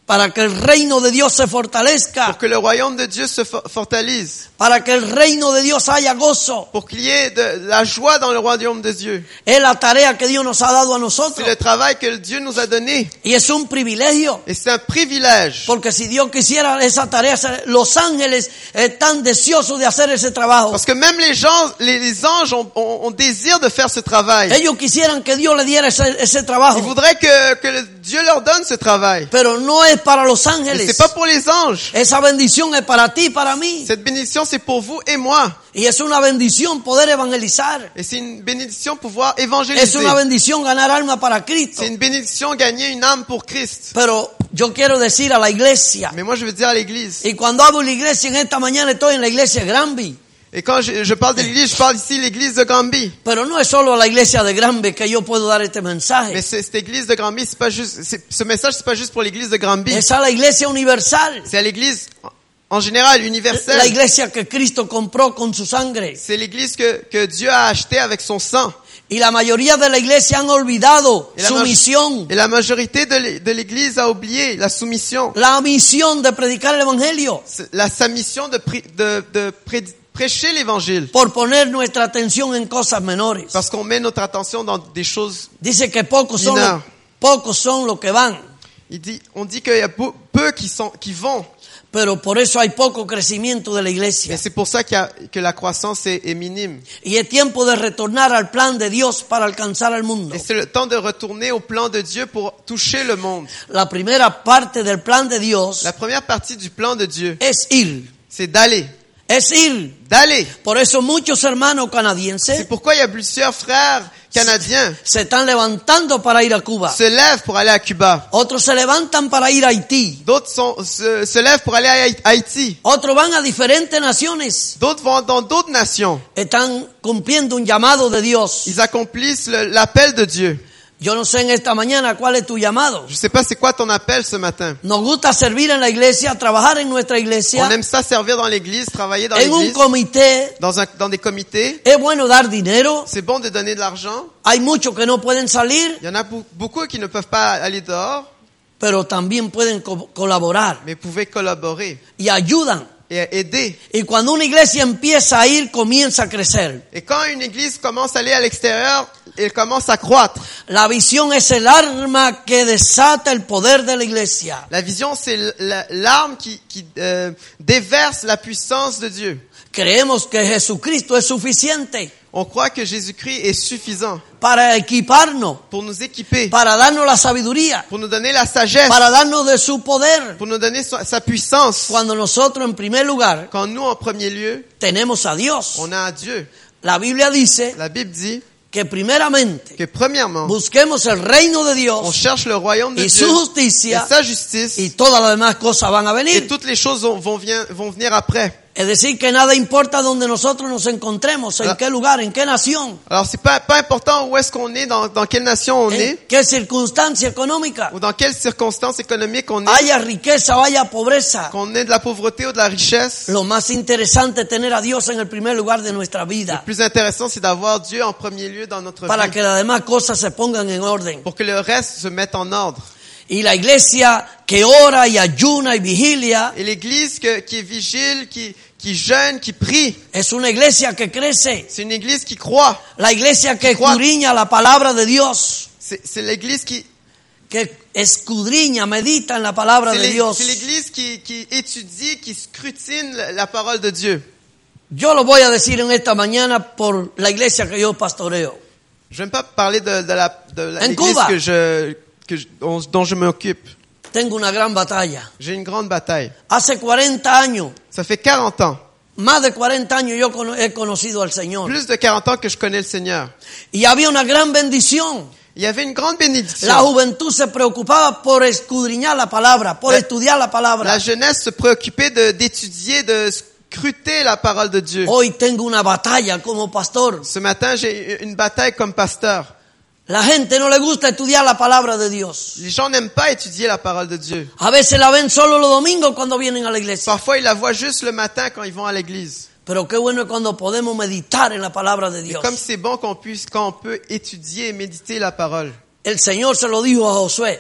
para que el reino de Dios se fortalezca,
pour que le royaume de Dieu se for- fortalise.
para que el reino de Dios haya gozo.
Pour qu'il y ait de la joie dans le royaume de Dieu.
Es la tarea que Dios nos ha dado a
C'est le
nosotros
travail que Dieu nous a donné.
y es un privilegio.
Et c'est un privilège.
Porque si Dios quisiera esa tarea, se- los ángeles están deseosos de hacer ese trabajo.
Parce que même les gens, les, les anges ont, ont- ont désir de faire ce travail.
Ellos quisieran que Dios le diera ese, ese
Ils
trabajo,
voudraient que, que le- Dieu leur donne ce travail.
pero no es para los
Mais
ángeles.
c'est pas pour les anges.
Esa bendición es para ti, para mí.
Cette bénédiction, c'est pour vous et moi.
Y es una bendición poder evangelizar.
Et c'est une bénédiction pouvoir évangéliser.
Es una bendición ganar alma para Cristo.
C'est une bénédiction gagner une âme pour Christ.
Pero yo quiero decir a la iglesia,
Mais moi, je veux dire à l'Église.
y cuando hablo de la iglesia, en esta mañana estoy en la iglesia de Granby,
Et quand je, je parle de l'Église, je parle ici de l'Église de Granby.
pero no es solo a la iglesia de Granby que yo puedo dar este
Mais
mensaje.
c'est- cette Église de Granby, c'est pas juste. c'est- Ce message, c'est pas juste pour l'Église de Granby.
Es a la iglesia universal,
C'est à l'Église en général,
la
universelle.
iglesia que Cristo compró con su sangre.
C'est l'Église que, que Dieu a achetée avec son sang.
Y la mayoría de la iglesia han olvidado
Et la,
su
maj-
misión,
et la majorité de l'é- de l'Église a oublié la soumission,
la misión de predicar el evangelio,
C'est la, sa mission de, pri- de, de pré- prêcher l'Évangile.
por poner nuestra atención en cosas menores.
Parce qu'on met notre attention dans des choses.
Dice que pocos son,
Nina.
los, pocos son los que van,
Il dit, on dit qu'il y a peu, peu qui, sont, qui vont.
pero por eso hay poco crecimiento de la
Et
iglesia.
c'est pour ça qu'il y a- que la croissance est, est minime.
Y es tiempo de retornar al plan de Dios para alcanzar al mundo.
Et c'est le temps de retourner au plan de Dieu pour toucher le monde.
La primera parte del plan de Dios
La première partie du plan de Dieu,
es ir,
c'est d'aller.
es ir.
D'aller.
Por eso muchos hermanos canadienses
C'est pourquoi il y a plusieurs frères canadiens
se están levantando para ir a Cuba.
se lèvent pour aller à Cuba.
Otros se levantan para ir a Haití.
D'autres sont- se, se lèvent pour aller à Haï- Haïti.
Otros van a diferentes naciones.
D'autres vont dans d'autres nations.
Están cumpliendo un llamado de Dios.
Ils accomplissent le- l'appel de Dieu.
Yo no sé en esta mañana cuál es tu llamado.
Je sais pas c'est quoi ton appel ce matin.
Nos gusta servir en la iglesia, trabajar en nuestra
On
iglesia,
aime ça servir dans l'église, travailler dans
en un
l'église,
comité.
dans, un- dans des comités.
Es bueno dar dinero.
C'est bon de donner de l'argent.
Hay muchos que no pueden salir,
Il y en a bou- beaucoup qui ne peuvent pas aller dehors,
pero también pueden co- colaborar
mais pouvaient collaborer
y ayudan.
et aider.
Y cuando una iglesia empieza a ir, comienza a crecer.
Et quand une église commence à aller à l'extérieur, elle commence à croître.
La visión es el arma que desata el poder de la iglesia.
La vision, c'est l- la- l'arme qui, qui euh, déverse la puissance de Dieu.
Creemos que Jesucristo es suficiente
On croit que Jésus-Christ est suffisant
para equiparnos,
pour nous équiper,
para darnos la sabiduría,
pour nous donner la sagesse,
para darnos de su poder.
pour nous donner so- sa puissance.
Cuando nosotros en primer lugar
Quand nous, en premier lieu,
tenemos a Dios.
on a un Dieu.
La Biblia dice
La Bible dit
que primeramente
que premièrement,
busquemos el reino de
on
Dios
cherche le royaume de
y su
Dieu et
justicia
sa justice
y todas las demás cosas van a
et
venir.
toutes les choses vont, vont vien- vont venir après.
Es decir, que nada importa donde nosotros nos encontremos, en
Ah.
qué lugar, en qué nación,
Alors, c'est pas, pas important où est-ce qu'on est, dans, dans quelle nation on
en
est,
qué circunstancia económica,
ou dans quelles circonstances économiques on est,
haya riqueza o haya pobreza.
qu'on ait de la pauvreté ou de la richesse.
Lo más interesante es tener a Dios en el primer lugar de nuestra
Le
vida
plus intéressant, c'est d'avoir Dieu en premier lieu dans notre
para
vie,
que las demás cosas se pongan en orden.
pour que le reste se mette en ordre.
Y la iglesia que ora y ayuna y vigilia
Et l'Église que- qui est vigile, qui, qui jeûne, qui prie,
es una iglesia que crece,
c'est une Église qui croit.
la iglesia que
Juan.
escudriña la palabra de Dios,
C'est c'est l'Église qui,
que escudriña, medita en la palabra
c'est
de
l'É-
Dios.
c'est l'Église qui, qui étudie, qui scrutine la- la parole de Dieu.
Yo lo voy a decir en esta mañana por la iglesia que yo pastoreo.
Je n'aime pas parler de, de la, de la-
En
l'église
Cuba.
que je, que je- dont, dont je m'occupe.
Tengo una gran batalla.
J'ai une grande bataille.
Hace 40 años,
Ça fait 40 ans,
más de 40 años yo cono- he conocido al Señor.
plus de 40 ans que je connais le Seigneur.
Y había una gran bendición.
Il y avait une grande
La
bénédiction.
juventud se preocupaba por escudriñar la palabra, por
La-
estudiar la
La
palabra.
jeunesse se préoccupait de- d'étudier, de scruter la parole de Dieu.
Hoy tengo una batalla como pastor.
Ce matin, j'ai eu une bataille comme pasteur.
La gente no le gusta estudiar la palabra de Dios.
Les gens n'aiment pas étudier la parole de Dieu.
A veces la ven solo los domingos cuando vienen a la iglesia.
Parfois, ils la voient juste le matin quand ils vont à l'église.
Pero qué bueno es cuando podemos meditar en la palabra de
Et
Dios.
comme c'est bon qu'on puisse, quand on peut étudier et méditer la parole.
El Señor se lo dijo a Josué.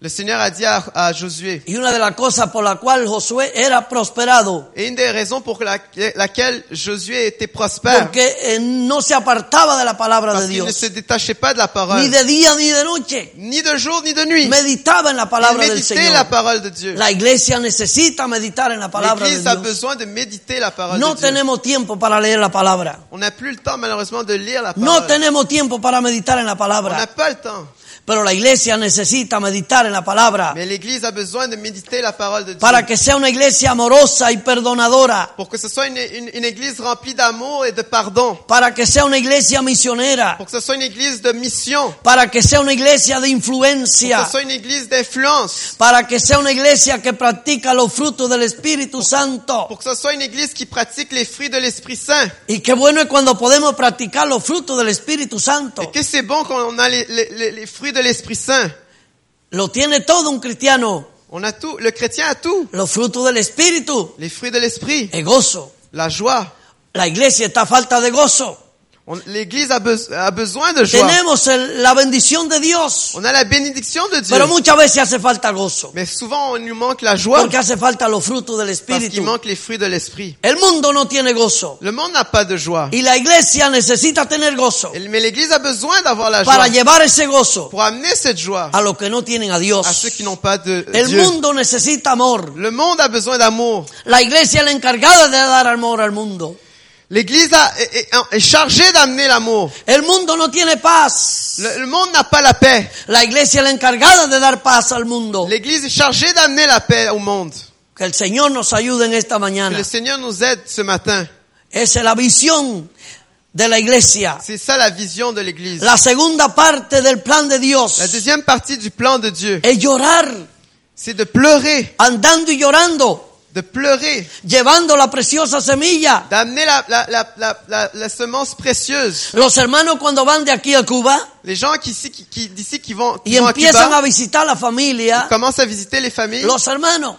Le Seigneur a dit à, à Josué,
Y una de las cosas por la cual Josué era prosperado,
Et une des raisons pour la- laquelle Josué était prospère,
porque eh, no se apartaba de la palabra de
parce qu'il ne se
Dios,
détachait pas de la parole,
ni de día ni de noche.
ni de jour ni de nuit.
Meditaba en la
Il
palabra del
méditait la
Señor.
parole de Dieu.
La iglesia necesita meditar en la palabra de
L'Église a
Dios.
besoin de méditer la parole
No
de Dieu.
tenemos tiempo para leer la palabra.
On n'a plus le temps malheureusement de lire la
No
parole.
tenemos tiempo para meditar en la
On n'a
palabra.
pas le temps.
Pero la iglesia necesita meditar en la palabra
Mais l'Église a besoin de méditer la parole de
para
Dieu.
que sea una iglesia amorosa y perdonadora,
Pour que ce soit une, une- une Église remplie d'amour et de pardon.
para que sea una iglesia misionera,
Pour que ce soit une Église de mission.
para que sea una iglesia de
Pour que
influencia.
ce soit une Église d'influence.
para que sea una iglesia que practica los frutos del Espíritu Santo.
Pour que ce soit une Église qui pratique les fruits de l'Esprit Saint.
Y qué bueno es cuando podemos practicar los frutos del Espíritu Santo.
Et que c'est bon qu'on a les, les- les- les fruits de l'Esprit Saint.
Lo tiene todo un cristiano.
On a tout. Le chrétien a tout.
Los frutos del Espíritu.
Les fruits de l'Esprit,
El gozo.
la joie.
La iglesia está a falta de gozo.
On- L'Église a, bes- a besoin de joie.
Tenemos el- la bendición de Dios.
On a la bénédiction de Dieu.
Pero muchas veces hace falta gozo.
Mais souvent, on nous manque la joie
Porque hace falta los frutos del
parce qu'il
Espíritu.
manque les fruits de l'Esprit.
El mundo no tiene gozo.
Le monde n'a pas de joie.
Y la iglesia necesita tener gozo.
Et- Mais l'Église a besoin d'avoir la joie
Para llevar ese gozo
pour amener cette joie
a los que no tienen a
à
Dios.
ceux qui n'ont pas de
El
Dieu.
mundo necesita amor.
Le monde a besoin d'amour.
La iglesia es la encargada de dar amor al mundo.
L'Église a- est, est- est chargée d'amener l'amour.
El mundo no tiene paz.
Le- le monde n'a pas la paix.
La iglesia es la encargada de dar paz al mundo.
L'Église est chargée d'amener la paix au monde.
Que el Señor nos ayude en esta
Que
mañana.
le Seigneur nous aide ce matin.
Esa es la visión de la iglesia.
C'est ça la vision de l'Église.
La segunda parte del plan de
La
Dios
deuxième partie du plan de Dieu,
es llorar,
c'est de pleurer,
andando y llorando,
de pleurer,
llevando la preciosa semilla.
d'amener la, la, la, la, la, la semence précieuse.
Los hermanos cuando van de aquí a Cuba
Les gens qui, ici, qui, qui- d'ici qui vont, qui
y
vont à
empiezan a
Cuba,
visitar la familia,
commencent à visiter les familles,
los hermanos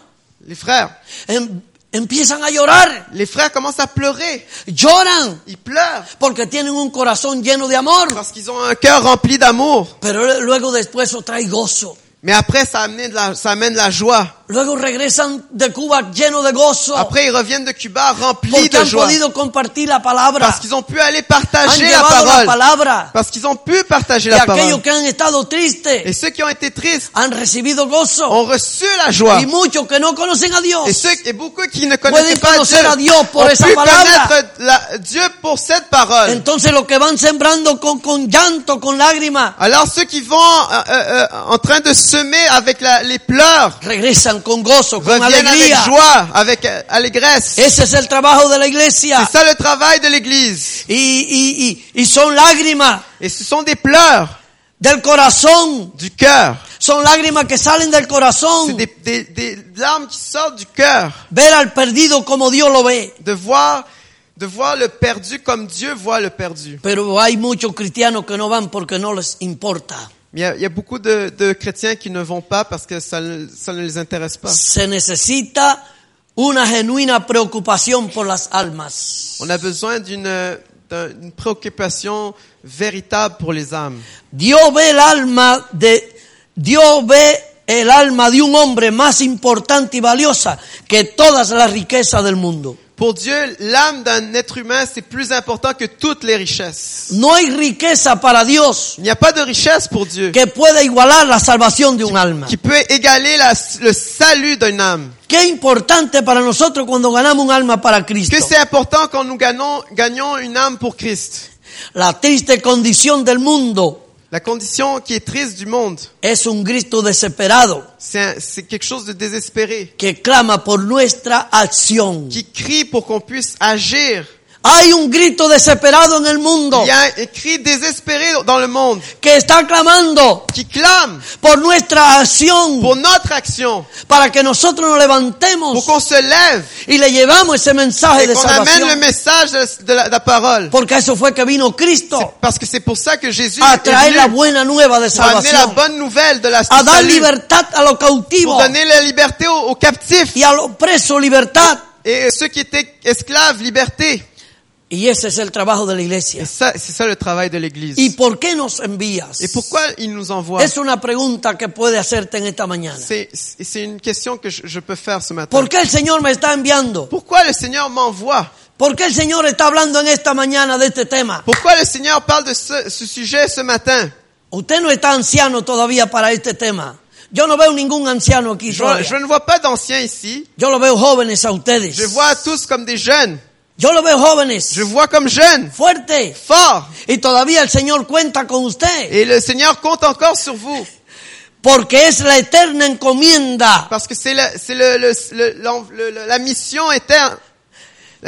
les frères.
em- empiezan a llorar.
Les frères commencent à pleurer.
Lloran
Ils pleurent
porque tienen un corazón lleno de amor.
parce qu'ils ont un cœur rempli d'amour.
Pero eh, luego después eso trae gozo.
Mais après, ça amène de la, ça amène la joie.
Luego regresan de Cuba lleno de gozo.
Après, ils reviennent de Cuba remplis
Porque
de
han
joie.
podido compartir la palabra.
Parce qu'ils ont pu aller
Han
partager la
llevado la
parole.
palabra.
Parce qu'ils ont pu partager
Y
la
aquellos
parole.
que han estado
Et
tristes
ceux qui ont été tristes
han recibido gozo.
ont reçu la joie.
Y muchos que no conocen a
Et
Dios
ceux et beaucoup qui ne connaissaient
Pueden
pas
conocer
Dieu
a Dios por
ont
esa
pu
palabra.
connaître la- Dieu pour cette parole.
entonces los que van sembrando con, con llanto, con lágrimas,
Alors ceux qui vont euh, euh, euh, en train de semer avec la- les pleurs
regresan con gozo, con
reviennent avec
alegría.
joie, avec euh, allégresse.
Ese es el trabajo de la iglesia.
C'est ça le travail de l'Église.
Y, y, y, y son lágrimas
Et ce sont des pleurs
del corazón
du cœur
son lágrimas que salen del
C'est
corazón.
des, des- des larmes qui sortent du cœur.
Ver al perdido como Dios lo ve.
De voir, de voir le perdu comme Dieu voit le perdu.
Pero hay muchos cristianos que no van porque no les importa.
Mais Il y a, il y a beaucoup de, de chrétiens qui ne vont pas parce que ça, ne- ça ne les intéresse pas.
Se necesita una genuina preocupación por las almas.
On a besoin d'une d'un- d'une préoccupation véritable pour les âmes.
Dios ve el alma de Dios ve el alma de un hombre más importante y valiosa que todas las riquezas del mundo.
Pour Dieu, l'âme d'un être humain, c'est plus important que toutes les richesses.
No hay riqueza para Dios
Il n'y a pas de richesse pour Dieu
que pueda igualar la salvación de un alma.
qui peut égaler la- le salut d'une âme.
Qué importante para nosotros cuando ganamos un alma para Cristo.
Que c'est important quand nous gagnons, gagnons une âme pour Christ.
La triste condición del mundo
La condition qui est triste du monde,
es un grito desesperado
c'est un- c'est quelque chose de désespéré
que clama por nuestra acción.
qui crie pour qu'on puisse agir.
Hay un grito desesperado en el mundo
Il y a un cri désespéré dans le monde
que está clamando
qui clame
por nuestra acción
pour notre action,
para que nosotros nos
pour
levantemos
qu'on se lève
y le llevamos ese mensaje
et
de
qu'on amène le
salvación.
message de, de la, de la parole.
Porque eso fue que vino
C'est-
Cristo
Parce que c'est pour ça que Jésus
a
est
traer Ah, la Ah,
venu
buena nueva de
pour amener la
salvación,
bonne nouvelle de la
a dar
salut,
libertad a los
pour
cautivos
donner la liberté aux, aux captifs
y a los presos libertad.
et ceux qui étaient esclaves, liberté.
Y ese es el trabajo de la
Et
iglesia.
ça, c'est ça le travail de l'Église.
¿Y por qué nos envías?
Et pourquoi il nous envoie
Es una pregunta que puede hacerte en esta mañana.
C'est c'est une question que je, je peux faire ce matin.
¿Por qué el Señor me está enviando?
Pourquoi le Seigneur m'envoie
¿Por qué el Señor está hablando en esta mañana de este tema?
Pourquoi le Seigneur parle de ce, ce sujet ce matin
Usted no está anciano todavía para este tema. Yo no veo ningún anciano aquí
je,
todavía.
je ne vois pas d'anciens ici.
Yo lo veo jóvenes a ustedes.
Je vois tous comme des jeunes.
Yo lo veo jóvenes,
Je vois comme jeunes,
fuerte.
forts.
Y todavía el Señor cuenta con usted.
Et le Seigneur compte encore sur vous.
Porque es la eterna encomienda.
Parce que c'est la, c'est le, le- le- l'en- le- le- la mission interne,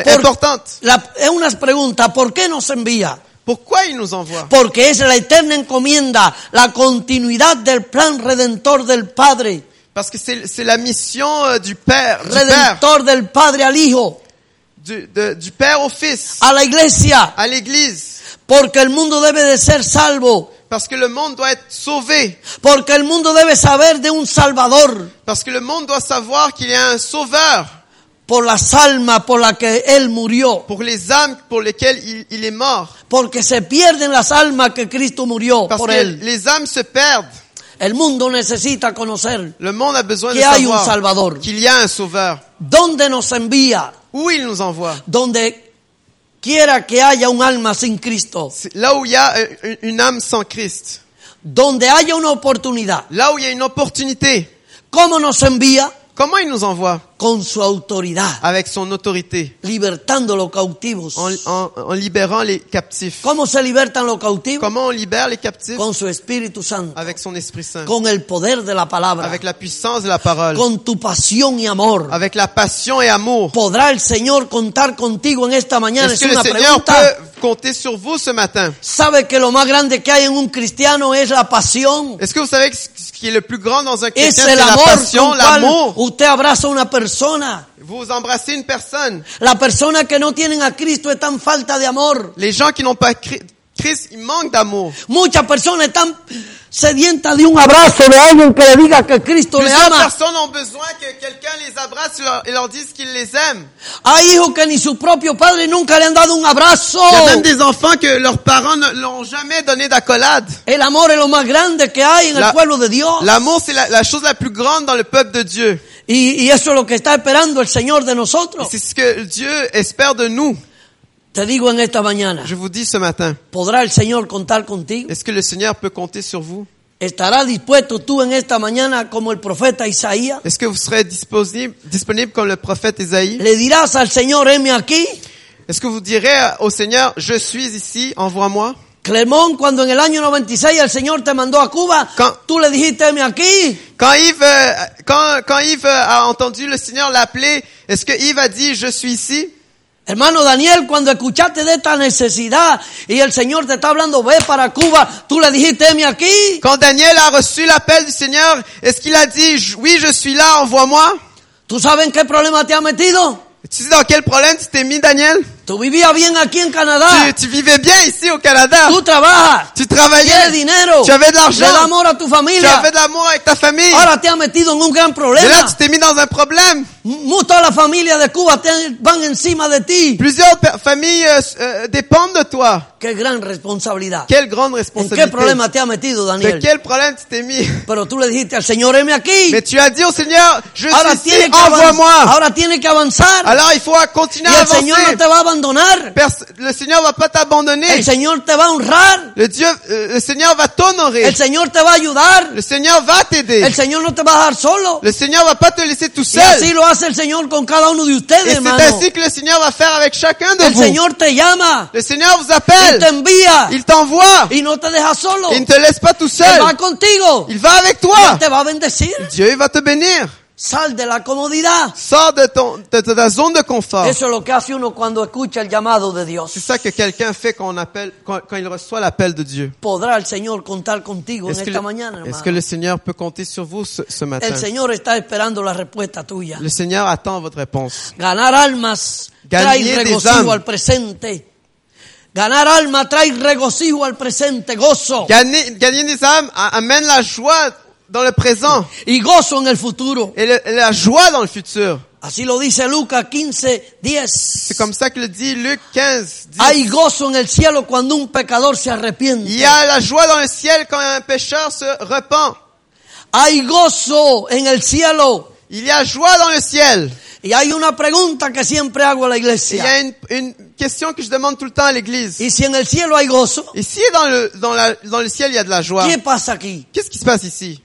Por-
importante.
La- es una pregunta, ¿por qué nos envía?
Pourquoi il nous envoie
Porque es la eterna encomienda, la continuidad del plan redentor del Padre.
Parce que c'est c'est la mission euh, du Père, du Père,
Redentor del Padre al Hijo,
du, de- du Père au Fils,
a la iglesia.
à l'Église.
Porque el mundo debe de ser salvo.
Parce que le monde doit être sauvé.
Porque el mundo debe saber de un Salvador
Parce que le monde doit savoir qu'il y a un sauveur
por las almas por las que Él murió.
pour les âmes pour lesquelles il, il est mort.
Porque se pierden las almas que Cristo murió
Parce
por
que
Él.
les âmes se perdent.
El mundo necesita conocer
Le monde a besoin de
Qu'il y a un
savoir
Salvador.
qu'il y a un sauveur.
dónde nos envía,
Où il nous envoie.
donde quiera que haya un alma sin Cristo,
C'est Là où il y a euh, une- une âme sans Christ.
donde haya una oportunidad.
Là où il y a une opportunité.
¿Cómo nos envía?
Comment il nous envoie
Con su autoridad,
Avec son autorité.
libertando los cautivos.
En, en- en libérant les captifs.
¿Cómo se libertan los cautivos?
Comment on libère les captifs
Con su Espíritu Santo,
Avec son Esprit Saint.
con el poder de la palabra,
Avec la puissance de la parole.
con tu pasión y amor.
Avec la passion et amour.
¿Podrá el Señor contar contigo en esta mañana? Es
Est-ce que le
una
Seigneur
pregunta.
peut compter sur vous ce matin
¿Sabe que lo más grande que hay en un cristiano es la pasión?
Est-ce que vous savez que ce ce qui est le plus grand dans un chrétien,
Es
c'est
el
la
amor
passion,
con cual
l'amour
usted abraza a una persona.
Vous embrassez une personne.
La persona que no tienen a Cristo están falta de amor.
Les gens qui n'ont pas Chri- Christ, ils manquent d'amour.
Muchas personas están sedientas de un abrazo de alguien que le diga que Cristo le
Plusieurs
ama.
personnes ont besoin que quelqu'un les abrace leur- et leur dise qu'il les aime.
Hay hijos que ni su propio padre nunca le han dado un abrazo.
Il y a même des enfants que leurs parents ne l'ont jamais donné d'accolade.
El amor es lo más grande que hay en el
La-
pueblo de Dios.
L'amour, c'est la, la chose la plus grande dans le peuple de Dieu.
Y, y eso es lo que está esperando el Señor de
Et
nosotros.
C'est ce que Dieu espère de nous.
Te digo en esta mañana,
Je vous dis ce matin,
¿podrá el Señor contar contigo?
est-ce que le Seigneur peut compter sur vous
¿Estarás dispuesto tú en esta mañana como el profeta Isaías?
Est-ce que vous serez disponible, disponible comme le prophète Ésaïe
¿Le dirás al Señor, heme aquí?
Est-ce que vous direz au Seigneur, je suis ici, envoie-moi
Clemón, cuando en el año 96 el Señor te mandó a Cuba,
Ca-
tú le dijiste, heme aquí.
Quand Yves, euh, quand, quand Yves euh, a entendu le Seigneur l'appeler, est-ce que Yves a dit, je suis ici
Hermano Daniel, cuando escuchaste de esta necesidad y el Señor te está hablando, ve para Cuba, tú le dijiste, heme aquí.
Quand Daniel a reçu l'appel du Seigneur, est-ce qu'il a dit, J- oui, je suis là, envoie-moi?
¿Tú sabes en qué problema te ha metido?
Tu sais dans quel problème tu t'es mis, Daniel?
Tú vivías bien aquí en Canadá,
Tu, tu vivais bien ici au Canada.
tú trabajas,
Tu
tienes
travaillais.
dinero,
Tu avais de
le das
l'argent.
amor a tu
Tu
familia.
avais de l'amour avec ta famille.
Ahora te has metido en un gran
Et là,
problema.
tu t'es mis dans un problème.
Mu- Toda la familia de Cuba te- van encima de ti.
Plusieurs pa- familles euh, s- euh, dépendent de toi.
Qué gran responsabilidad.
Quelle grande
¿En qué
responsabilité.
problema te ha metido,
De
Daniel?
quel problème tu t'es mis?
Pero tú le dijiste al Señor, heme aquí.
Mais tu as dit au Seigneur, je
Ahora
suis
tiene
ici,
que, avanzar.
envoie-moi.
Ahora tiene que avanzar.
Alors, il faut continuer
Y
à
el Señor no
avancer.
te va a abandonar.
Pers- Le Seigneur va pas t'abandonner.
El Señor te va a honrar.
Le Dieu, euh, le Seigneur va
El
t'honorer.
Señor te va a ayudar.
Le Seigneur va t'aider.
El Señor no te va a dejar solo.
Le Seigneur va pas te laisser tout
Y
seul.
así lo hace el Señor con cada uno de
Et
ustedes,
c'est
hermano.
ainsi que le Seigneur va faire avec chacun de
El
vous.
Señor te llama.
Le Seigneur vous
Él te
appelle.
envía.
Il t'envoie.
Y no te deja solo.
Il ne
Él
te laisse pas tout seul.
va contigo.
Il va avec toi.
Él te va a bendecir.
Dieu il va te bénir.
Sal de la comodidad.
Sors de, ton, de, de ta zone de confort.
Eso es lo que hace uno cuando escucha el llamado de Dios.
C'est ça que quelqu'un fait quand, on appelle, quand, quand il reçoit l'appel de Dieu.
Podrá el Señor contar contigo en
Est-ce que,
esta mañana,
le- est-ce
hermano.
que le Seigneur peut compter sur vous ce, ce matin?
El Señor está esperando la respuesta tuya.
Le Seigneur attend votre réponse.
Ganar almas trae
Gagnez des
regocijo
âmes.
al presente. Ganar almas trae regocijo al presente, gozo.
Gagner, gagner des âmes a- amène la joie dans le présent
Y gozo en el futuro.
et, le- et la joie dans le futur.
Así lo dice Lucas 15, 10.
C'est comme ça que le dit Luc 15. dit,
Hay gozo en el cielo cuando un pecador se arrepiente.
Il y a la joie dans le ciel quand un pécheur se repent.
Hay gozo en el cielo.
Il y a joie dans le ciel.
Y hay una pregunta que siempre hago a la
Et il y a
iglesia.
une, une question que je demande tout le temps à l'église.
Y si en el cielo hay gozo,
Ici, dans le, dans, la, dans le ciel, il y a de la joie.
¿qué pasa aquí?
Qu'est-ce qui se passe ici?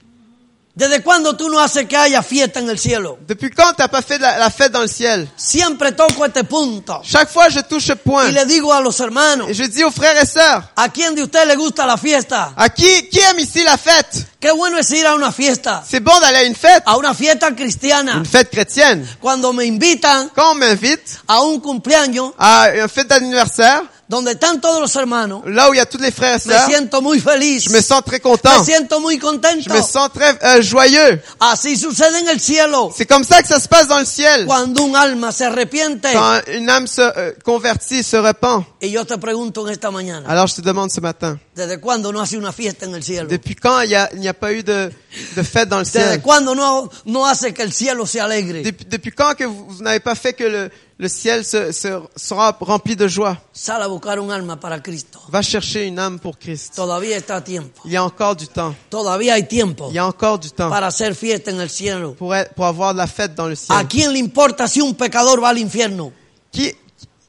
¿Desde cuándo tú no haces que haya fiesta en el cielo?
Depuis quand t'as pas fait de la, la fête dans le ciel?
Siempre toco este punto.
Chaque fois, je touche ce point.
Y le digo a los hermanos,
Et je dis aux frères et sœurs,
¿a quién de ustedes le gusta la fiesta?
à qui, qui aime ici la fête?
Qué bueno es ir a una fiesta,
C'est bon d'aller à une fête,
a una fiesta cristiana.
une fête chrétienne.
Cuando me invitan
Quand on m'invite
a un cumpleaños
à une fête d'anniversaire,
donde están todos los hermanos,
là où il y a tous les frères et
me
sœurs,
siento muy feliz,
je me sens très
me
content.
siento muy
Je
contento.
me sens très euh, joyeux.
Así sucede en el cielo
C'est comme ça que ça se passe dans le ciel.
cuando un alma se arrepiente.
Quand une âme se euh, convertit, se repent.
Y yo te pregunto en esta mañana,
Alors je te demande ce matin,
¿desde cuándo no hace una fiesta en el cielo?
depuis quand il y a- il n'y a, pas eu de, de fête dans le
¿Desde
ciel?
cuándo no, no hace que el cielo se alegre?
Depuis, depuis quand que vous, vous n'avez pas fait que le, le ciel se, se- sera rempli de joie?
Sal a buscar un alma para Cristo.
Va chercher une âme pour Christ.
Todavía está a tiempo.
Il y a encore du temps.
Todavía hay tiempo
Il y a encore du temps
para hacer fiesta en el cielo.
pour, être- pour avoir de la fête dans le ciel.
¿A quién le importa si un pecador va al infierno?
Qui,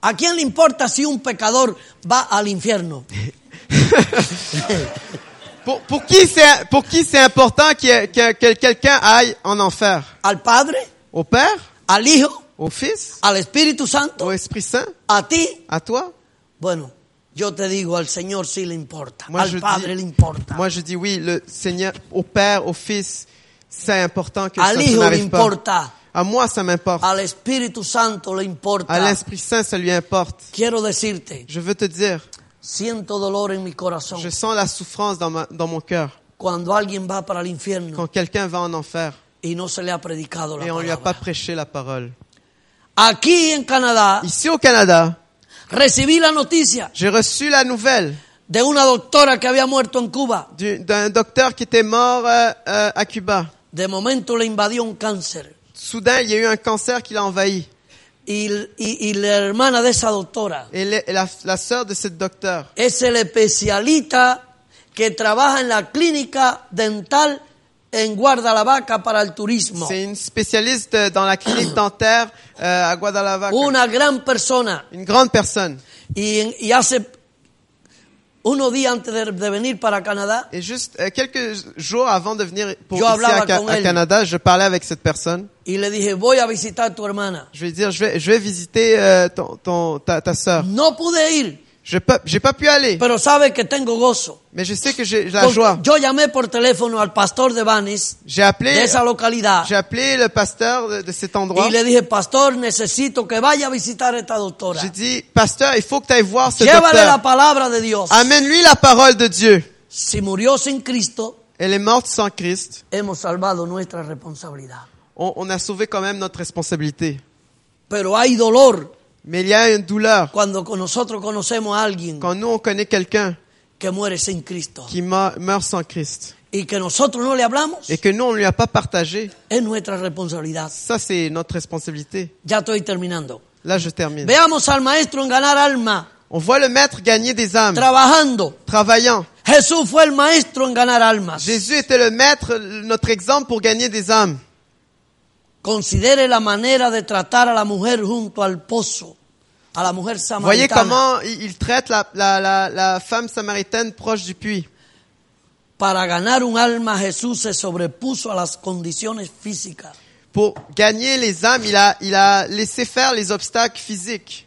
¿A quién le importa si un pecador va al infierno?
pour, pour qui c'est, pour qui c'est important que, que- que quelqu'un aille en enfer?
¿Al Padre?
Au Père?
¿Al Hijo?
Au Fils?
¿Al Espíritu Santo?
Au Esprit Saint?
¿A ti?
À toi?
Bueno, yo te digo, al Señor sí le importa.
Moi, je
Al Padre
dis-
le importa.
Moi, je dis oui, le Seigneur, au Père, au Fils, c'est important que ça
Al
ça
Hijo le
n'arrive pas.
importa.
À moi, ça m'importe.
Al Espíritu Santo le
À
importa.
l'Esprit Saint, ça lui importe.
Quiero decirte,
Je veux te dire,
siento dolor en mi corazón
je sens la souffrance dans, ma, dans mon cœur
cuando alguien va para el infierno
quand quelqu'un va en enfer
y no se le ha predicado la
et on lui a pas
palabra.
prêché la parole.
Aquí en Canadá
Ici au Canada,
recibí la noticia
j'ai reçu la nouvelle
de una doctora que había muerto en Cuba.
du- d'un docteur qui était mort euh, euh, à Cuba.
De momento le invadió un cáncer.
Soudain, il y a eu un cancer qui l'a envahi.
Y, y- y la hermana de esa doctora
Et, le- et la, la sœur de ce docteur
es el especialista que trabaja en la clínica dental en Guardalavaca para el turismo.
C'est une spécialiste euh, dans
[coughs]
la clinique dentaire euh, à Guadalajara.
Una gran persona.
Une grande personne.
Y, en- y hace unos días antes de, de venir para Canadá,
Et juste euh, quelques jours avant de venir pour
Yo
ici
hablaba
à, Ca-
con
à
elle.
Canada, je parlais avec cette personne.
y le dije, voy a visitar a tu hermana.
Je vais dire, je vais, je vais visiter euh, ton, ton, ta, ta sœur.
No pude ir
Je peux, j'ai pas pu aller,
Pero sabe que tengo gozo.
mais je sais que j'ai la
Porque
joie.
Yo llamé por teléfono al pastor de Banis,
J'ai
de
appelé,
esa localidad,
j'ai appelé le pasteur de, de cet endroit.
y le dije, pastor, necesito que vaya a visitar a esta doctora.
J'ai dit, pasteur, il faut que tu ailles voir ce
Llévale la
docteur.
palabra de Dios.
Amène-lui la parole de Dieu.
Si murió sin Cristo,
Elle est morte sans Christ.
hemos salvado nuestra responsabilidad.
On, on a sauvé quand même notre responsabilité.
Pero hay dolor
Mais il y a une douleur
cuando con- nosotros conocemos a alguien
quand nous, on connaît quelqu'un
que muere sin Cristo
qui me- meurt sans Christ
y que nosotros no le hablamos.
et que nous, on ne lui a pas partagé.
Es nuestra responsabilidad.
Ça, c'est notre responsabilité.
Ya estoy terminando.
Là, je termine.
Veamos al maestro en ganar alma,
On voit le maître gagner des âmes,
trabajando.
travaillant.
Jesús fue el maestro en ganar almas.
Jésus était le maître, notre exemple pour gagner des âmes.
Considere la manera de tratar a la mujer junto al pozo, a la mujer
Voyez
samaritana,
comment il il traite la, la, la, la femme samaritaine proche du puits.
para ganar un alma Jesús se sobrepuso a las condiciones físicas.
Pour gagner les âmes, il a, il a laissé faire les obstacles physiques.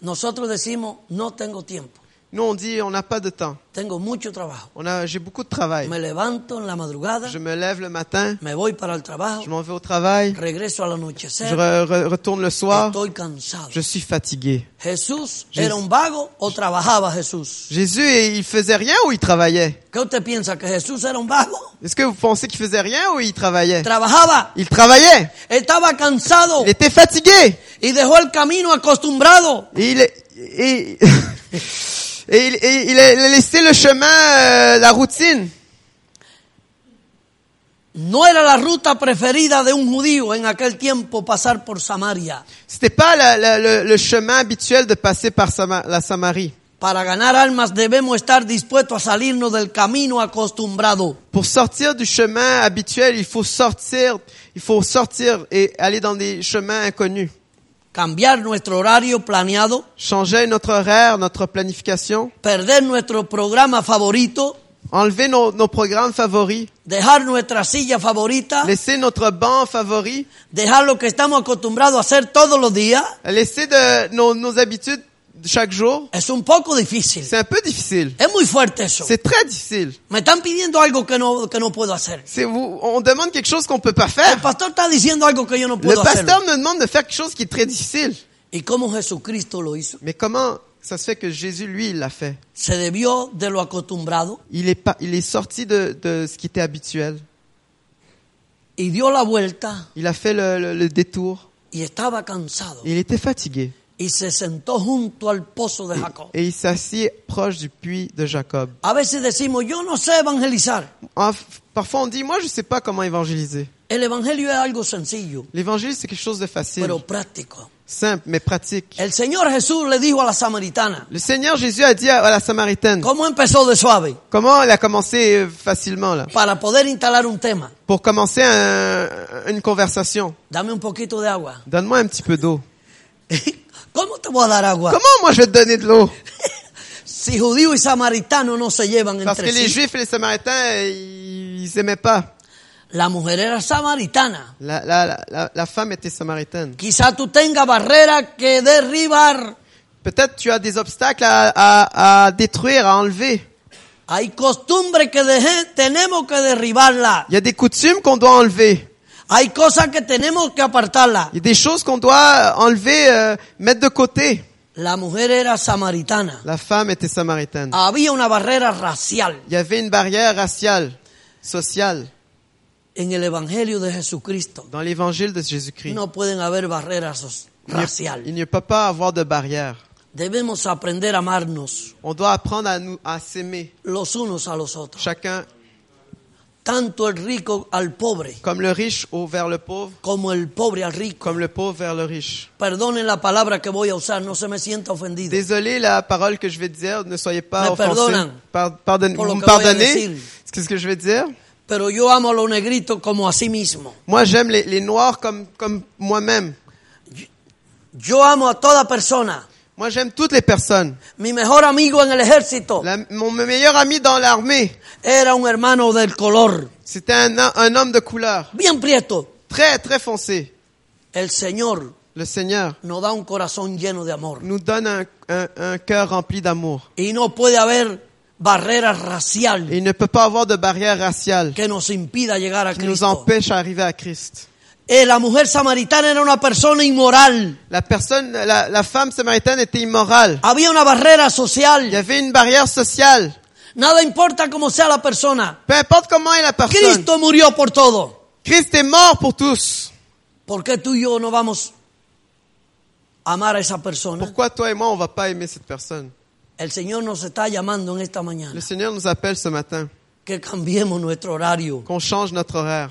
Nosotros decimos, no tengo tiempo,
Nous, on dit, on n'a pas de temps.
tengo mucho trabajo.
On a, j'ai beaucoup de travail.
Me levanto en la madrugada,
Je me lève le matin,
me voy para el trabajo,
je m'en vais au travail,
regreso al
je
anochecer,
re- re- retourne le soir,
estoy cansado.
je suis fatigué.
Jesús
Jes-
era un vago o trabajaba Jesús.
Jésus, il faisait rien ou il travaillait
¿Qué usted piensa? ¿Que Jesús era un vago?
Est-ce que vous pensez qu'il faisait rien ou il travaillait
Trabajaba,
Il travaillait.
estaba cansado
Il était fatigué.
y dejó el camino acostumbrado.
Et il, et, [laughs] et il, et il a il a laissé le chemin, euh, la routine.
No era la ruta preferida de un judío en aquel tiempo pasar por Samaria
C'était pas la- la- le, le chemin habituel de passer par Sama- la Samarie.
Para ganar almas debemos estar dispuestos a salirnos del camino acostumbrado.
Pour sortir du chemin habituel, il faut sortir, il faut sortir et aller dans des chemins inconnus.
Cambiar nuestro horario planeado,
Changer notre horaire, notre planification,
perder nuestro programa favorito,
enlever nos, nos programmes favoris,
dejar nuestra silla favorita,
laisser notre banc favori,
dejar lo que estamos acostumbrados a hacer todos los días.
laisser de, nos, nos habitudes chaque jour.
Es un poco difícil.
C'est un peu difficile.
Es muy fuerte eso.
C'est très difficile.
Me están pidiendo algo que no, que no puedo hacer.
C'est vous, on demande quelque chose qu'on peut pas
El
faire.
pastor está diciendo algo que yo no
Ah. Le
puedo hacer.
pasteur me demande de faire quelque chose qui est très difficile.
¿Y cómo Jesucristo lo hizo?
Mais comment ça se fait que Jésus, lui, il l'a fait?
Se debió de lo acostumbrado
Il est pas, il est sorti de, de ce qui était habituel.
y dio la vuelta
Il a fait le, le- le détour.
y estaba cansado
Il était fatigué.
y se sentó junto al pozo de Jacob.
Et il s'assit proche du puits de Jacob.
A veces decimos, yo no sé evangelizar.
En- parfois, on dit, moi, je sais pas comment évangéliser.
El evangelio es algo sencillo,
L'évangile, c'est quelque chose de facile,
pero práctico.
simple, mais pratique.
El Señor Jesús le dijo a la samaritana,
Le Seigneur Jésus a dit à, à la Samaritaine,
¿cómo empezó de suave?
comment elle a commencé euh, facilement, là,
Para poder instalar un tema.
pour commencer un- une conversation.
Dame un poquito de agua. [laughs]
Donne-moi un petit peu d'eau.
¿Cómo te voy a dar agua?
Comment moi je vais te donner de l'eau
Si judío y samaritano no se llevan
Parce que
entre
les
sí.
Juifs et les Samaritains, euh, ils ils s'aimaient pas.
La mujer era samaritana.
La, la, la- la, la femme était samaritaine.
Quizá tú tengas barrera que derribar.
Peut-être tu as des obstacles à, à, à détruire, à enlever.
Hay costumbres que deje- tenemos que derribarla.
Il y a des coutumes qu'on doit enlever.
Hay cosas que tenemos que apartarla.
Il y a des choses qu'on doit enlever, euh, mettre de côté.
La mujer era samaritana.
La femme était samaritaine.
Había una barrera racial.
Il y avait une barrière raciale, sociale,
En el Evangelio de Jesucristo
dans l'évangile de Jésus-Christ.
no pueden haber barreras so-
Il n'y a-
raciales.
Il ne peut pas avoir de barrière.
Debemos aprender a amarnos
On doit apprendre à nous, à s'aimer,
los unos a los otros.
chacun
Tanto el rico al pobre
comme le riche au vers le pauvre,
como el pobre al rico.
comme le pauvre vers le riche.
Perdonen la palabra que voy a usar, no se me sienta ofendido.
Désolé la parole que je vais dire, ne soyez pas
Me
offensés.
perdonan.
Par- pardonne-
Por lo
vous
que
me
voy a
pardonnez
decir.
C'est ce que je vais dire.
Pero yo amo a los negritos como a sí mismo.
Moi, j'aime les, les noirs comme, comme moi-même.
Yo amo a toda persona.
Moi, j'aime toutes les personnes.
Mi mejor amigo en el ejército
La- mon meilleur ami dans l'armée,
era un hermano del color,
c'était un, un homme de couleur,
bien prieto.
très, très foncé.
El Señor
Le Le Seigneur
nos da un corazón lleno de amor.
nous donne un, un- un cœur rempli d'amour.
Y no puede haber barrera racial
Et il ne peut pas avoir de barrière raciale
que nos impida llegar a
qui nous
Cristo.
empêche d'arriver à Christ.
Eh, la mujer samaritana era una persona inmoral.
La personne, la, la femme samaritaine était immorale.
Había una barrera
Il y
social.
avait une barrière sociale.
Nada importa cómo sea la persona.
Peu importe comment est la personne.
Cristo murió por todo.
Christ est mort pour tous.
¿Por qué tú y yo no vamos a amar a esa persona?
Pourquoi toi et moi, on va pas aimer cette personne?
El Señor nos está llamando en esta
Le
mañana
Seigneur nous appelle ce matin
que cambiemos nuestro horario.
qu'on change notre horaire.